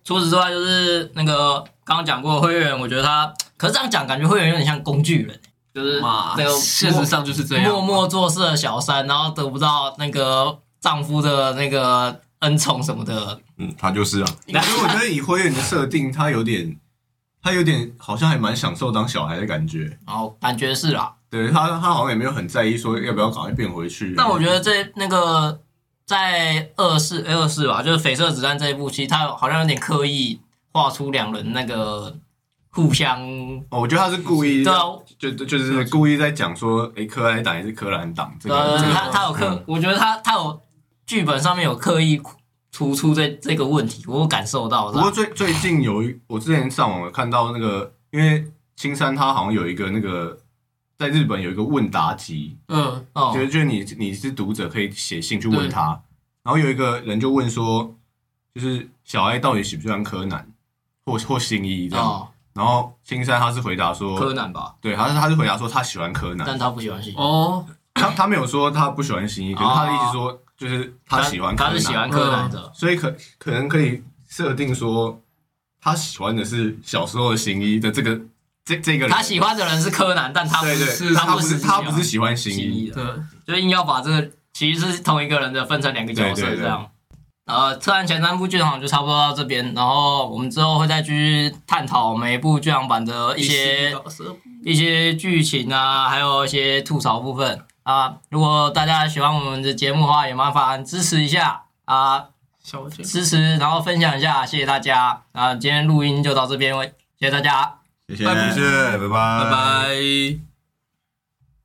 A: 除此之外，就是那个刚刚讲过的会员，我觉得他，可是这样讲感觉会员有点像工具人，就是
C: 嘛
A: 那个，
C: 现实上就是这样。
A: 默默做事的小三，然后得不到那个丈夫的那个呃恩宠什么的。
D: 嗯，他就是啊，
E: 因为我觉得以灰原的设定，他有点，他有点好像还蛮享受当小孩的感觉。
A: 然后感觉是啦，
E: 对他，他好像也没有很在意说要不要赶快变回去。
A: 那我觉得这那个在二四二四吧，就是《绯色子弹》这一部，其实他好像有点刻意画出两人那个互相
E: 哦，我觉得他是故意，
A: 对啊，
E: 就就就是故意在讲说，诶，柯南党还是柯南党这个
A: 呃，
E: 这个
A: 他他有
E: 嗯
A: 刻，我觉得他他有剧本上面有刻意突出这这个问题，我有感受到。
E: 不过最最近有一，我之前上网有看到那个，因为青山他好像有一个那个，在日本有一个问答集，
C: 嗯，
A: 哦
E: 就是就是你你是读者可以写信去问他，然后有一个人就问说，就是小爱到底喜不喜欢柯南，或或新一这样，
A: 哦，
E: 然后青山他是回答说，
A: 柯南吧，
E: 对，他是他是回答说他喜欢柯南，
A: 但他不喜欢新一，
C: 哦，
E: 他他没有说他不喜欢新一，可是他的意思说就是他喜欢柯
A: 哦他
E: 南，嗯
A: 是喜欢柯南的。
E: 所以可可能可以设定说，他喜欢的是小时候的行医的这个这这个人，
A: 他喜欢的人是柯南，但他不
E: 对对，
A: 是
E: 他
A: 不
E: 不是
A: 他
E: 他不是喜欢行
A: 新
E: 医，
A: 一的，
C: 对，
A: 就硬要把这个其实是同一个人的分成两个角色
E: 对对对
A: 这样。呃，测完前三部剧场就差不多到这边，然后我们之后会再继续探讨每一部剧场版的一些一些剧情啊，还有一些吐槽部分啊。如果大家喜欢我们的节目的话，也麻烦支持一下啊，
C: 小姐，
A: 支持然后分享一下，谢谢大家啊。今天录音就到这边，谢谢大家。
E: 谢谢
C: 拜拜
D: 谢谢，拜拜
C: 拜拜。